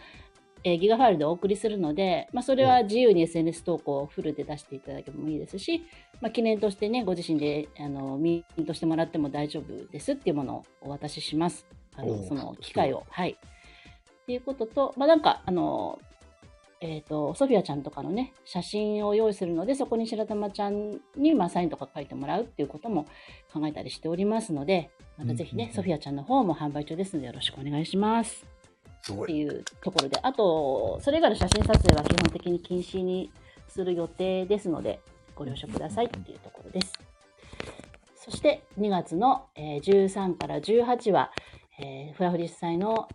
えーギガファイルでお送りするので、まあ、それは自由に SNS 投稿をフルで出していただけてもいいですし、まあ、記念としてね、ご自身で、あの、ミーンとしてもらっても大丈夫ですっていうものをお渡しします。あおの、うその機会を。はい。っていうことと、まあ、なんか、あの、えっ、と、ソフィアちゃんとかのね、写真を用意するので、そこに白玉ちゃんに、まあ、サインとか書いてもらうっていうことも考えたりしておりますので、またぜひね、うんうんうんソフィアちゃんの方も販売中ですので、よろしくお願いします。すごってい。いうところで、あと、それ以外の写真撮影は基本的に禁止にする予定ですので、ご了承くださいっていうところです。そして、2月のえー13から18は、えーフラフリ主催の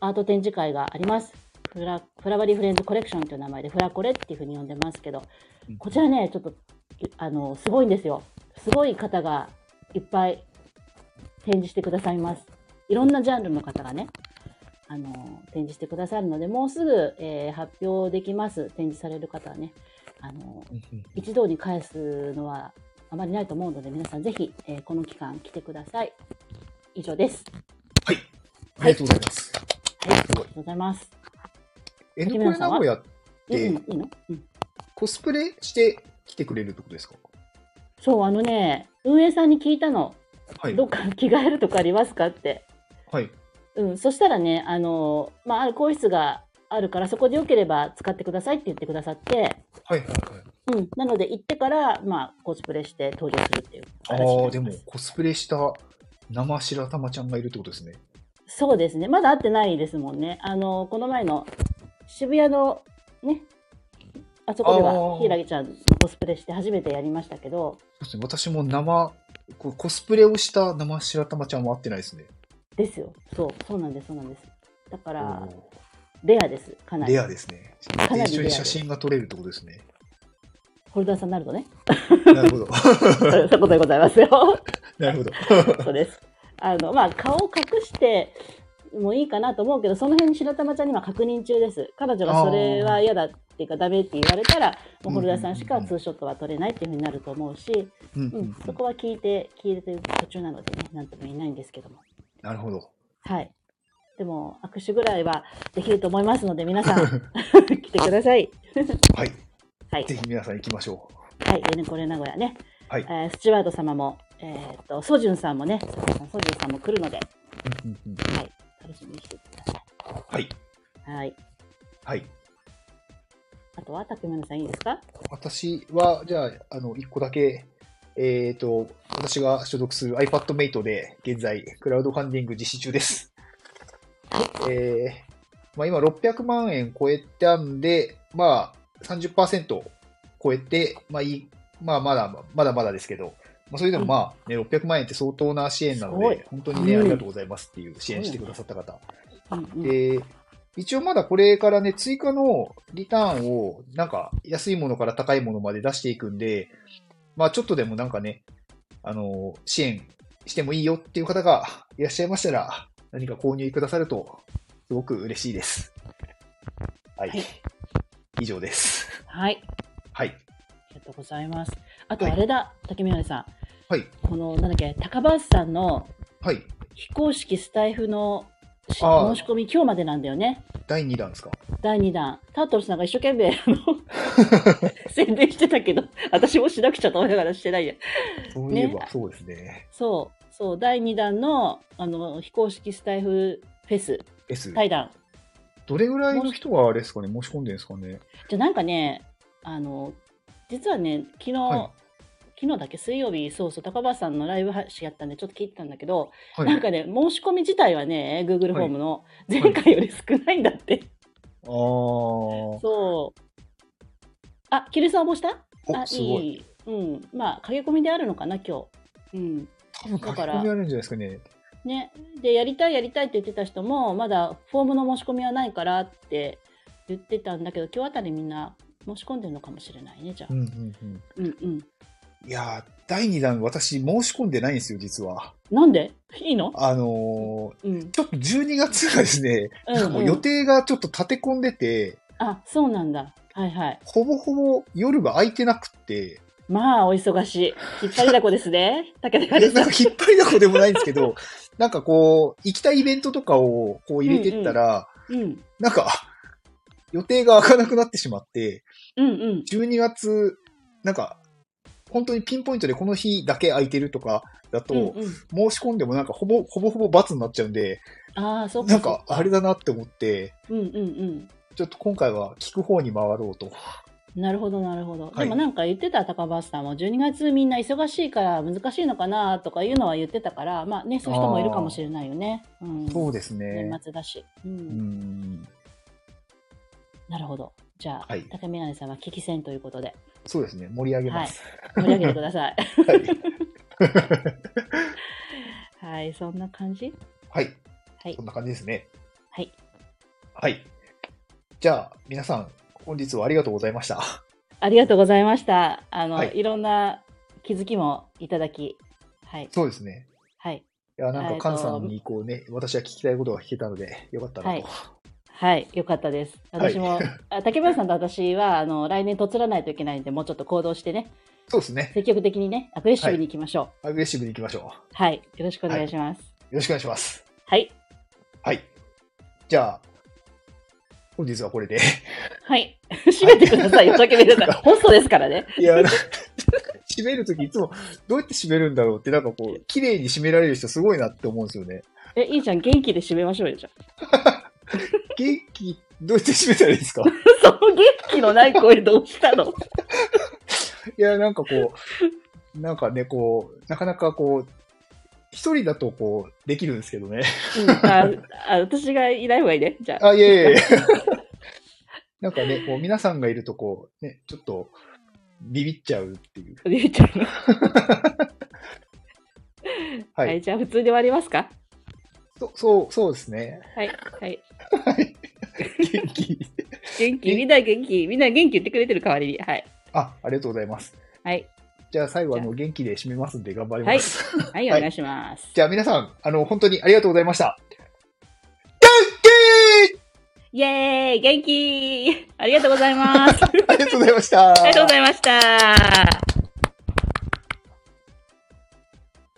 アート展示会があります。フラフラワリーフレンズコレクションという名前で、フラコレっていうふうに呼んでますけど、こちらね、ちょっと、あの、すごいんですよ。すごい方がいっぱい展示してくださいます。いろんなジャンルの方がね、あの、展示してくださるので、もうすぐ、えー発表できます。展示される方はね、あの、うんうん一堂に返すのはあまりないと思うので、皆さんぜひ、えーこの期間来てください。以上です。はい。ありがとうございます。はい、ありすごがいとうございます。えのこれ名古屋っうんうん、ていいの、うん、コスプレして来てくれるってことですかそう、あのね、運営さんに聞いたの。はいど。っか着替えるとかありますかって。はい。うん、そしたらね、あの、まあ、ある更衣室があるから、そこでよければ使ってくださいって言ってくださって、はいはいはい。うん、なので行ってから、まあ、コスプレして登場するっていうあ形になりますあー、でもコスプレした生白玉ちゃんがいるってことですね。そうですね、まだ会ってないですもんね。あの、この前の渋谷のね、あそこであは、ーひいらぎちゃんのコスプレして初めてやりましたけど、そうですね。私も生、こコスプレをした生白玉ちゃんは会ってないですね。ですよ。そう、そうなんです、そうなんです。だから、おレアです、かーなりレ。アですね。かなり一緒レアでにす写真が撮れるってことです ね。ホルダーさんになるとね。 なるほど。そういうことでございますよ。なるほど。そうです。あの、まあ、顔を隠して、もいいかなと思うけど、その辺白玉ちゃんには確認中です。彼女がそれは嫌だっていうか、ダメって言われたら、もうホルダーさんしかツーショットは取れないっていうふうになると思うし、うんうんううんん、そこは聞いて、聞いてる途中なのでね、なんとも言えないんですけども。なるほど。はい。でも、握手ぐらいはできると思いますので、皆さん、来てください。はい。はい。ぜひ皆さん行きましょはい、エヌコレ名古屋ね。はいえースチュワード様も、えーっと、ソジュンさんもね、ソジュンさんも来るので、う。うんうんうんはい。楽しみにしててくださはい。い。はい。はい。あとは、竹村さんいいですか私は、じゃあ、あの、一個だけ、えっ、と、私が所属する iPadMate で、現在、クラウドファンディング実施中です。えーまあ、今600万円超えたんで、まあ、30%超えて、まあ、いい、まあ、まだ、まだまだですけど、まあ、それでもまあ、ね、600万円って相当な支援なのすごいで、本当にね、うんありがとうございますっていう支援してくださった方、うんうん。で、一応まだこれからね、追加のリターンを、なんか、安いものから高いものまで出していくんで、まあ、ちょっとでもなんかね、あの、支援してもいいよっていう方がいらっしゃいましたら、何か購入くださると、すごく嬉しいです。はい。はい以上です。はい。はい。ありがとうございます。あと、はいあれだ、竹村さはい。ん。この、なんだっけ、高橋さんのはい。非公式スタイフのし申あーし込み、今日までなんだよね。第2弾ですか第2弾。タートルさんが一生懸命、 あの、宣伝してたけど、私もしなくちゃと思いながらしてないや。そういえば、ねそうですね。そう、そう、第2弾の、あの、非公式スタイフフェス、 S。対談。どれぐらいの人があれですかね、申し込んでるんですかね。じゃあなんかね、あの、実はね、昨日、はい昨日だっけ水曜日、そうそう、高橋さんのライブ配信やったんで、ちょっと聞いてたんだけど、はい。なんかね、申し込み自体はね、Google フォームのい前回より少ないんだって。あー。 お、そう。あ、キルさんもしたあ、すごい。い。うん。まあ、駆け込みであるのかな、今日。うん。多分書だきから込みあるんじゃないですかね。ね、でやりたいやりたいって言ってた人もまだフォームの申し込みはないからって言ってたんだけど今日あたりみんな申し込んでるのかもしれないねじゃあう。んうんうん。うんうん、いやー、第2弾、私、申し込んでないんですよ、実は。なんでいいの、あのうんー、ちょっと12月がですね、うなんかんもううん予定がちょっと立て込んでて、あそうなんだはいはいほぼほぼ夜が空いてなくって、まあお忙しい引っ張りだこで すね武田なんかかりさん。引っ張りだこでもないんですけ ど、なんかこう、行きたいイベントとかをこう入れてったら、うんなんか、予定が開かなくなってしまって、うんうん12月、なんか、本当にピンポイントでこの日だけ空いてるとかだと、うん申うん、し込んでもなんかほぼ、ほぼほぼ罰になっちゃうんで、ああそっかなんそっかあれだなって思って、うんうんうんちょっと今回は聞く方に回ろうと。なるほどなるほど、はいでもなんか言ってた高橋さんも12月みんな忙しいから難しいのかなとかいうのは言ってたからまあねそういう人もいるかもしれないよね、うん、そうですね年。末だし、うんうん。なるほどじゃあ、はい高見菜さんは危機戦ということでそうですね。盛り上げます。盛り上げてください はい。はいそんな感じはい。はいこんな感じですね。はいはい。じゃあ、皆さん、本日はありがとうございました。ありがとうございましたあの、、はいいろんな気づきもいただきはいそうですね。はいいや、なんえか、ーとカンさんにこうね、私は聞きたいことが聞けたので、よかったなと。はい、よかったです。私も、あ竹林さんと私は、あの、来年とつらないといけないんで、もうちょっと行動してね、そうですね。積極的にね、アグレッシブに行きましょう。アグレッシブに行きましょう。よはい、よろしくお願いします。ろしくお願いします。はい、はい。じゃあ、本日はこれで。はい、 閉めてくださいよ、竹林さ ん。ホストですからね。いや、なんか 締めるときいつもどうやって締めるんだろうって、なんかこう、綺麗に締められる人すごいなって思うんですよね。え、いいじゃん、元気で締めましょうよ、じゃあ。元気、どうやって締めたらいいですかその元気のない声どうした のいや、なんかこう、なんかね、こう、なかなかこう、一人だとこう、できるんですけどね。うんああ、私がいない方がいいね、じゃあ。あ、いえいえいえ。 なんかね、こう、皆さんがいるとこう、ね、ちょっと、ビビっちゃうっていう。ゆうちゃんのは。はいい、じゃあ普通で終わりますかそそう、そうですね。はい、はい。元気。元気、みんな元気、みんな元気言ってくれてる代わりに。はい。あ、ありがとうございます。はい。じゃあ最後、あじの、元気で締めますんで頑張ります。はい、お願いします。じゃあ皆さん、あの、本当にありがとうございました。イエーイ元気ありがとうございます。あ ありがとうございました。ありがとうございました。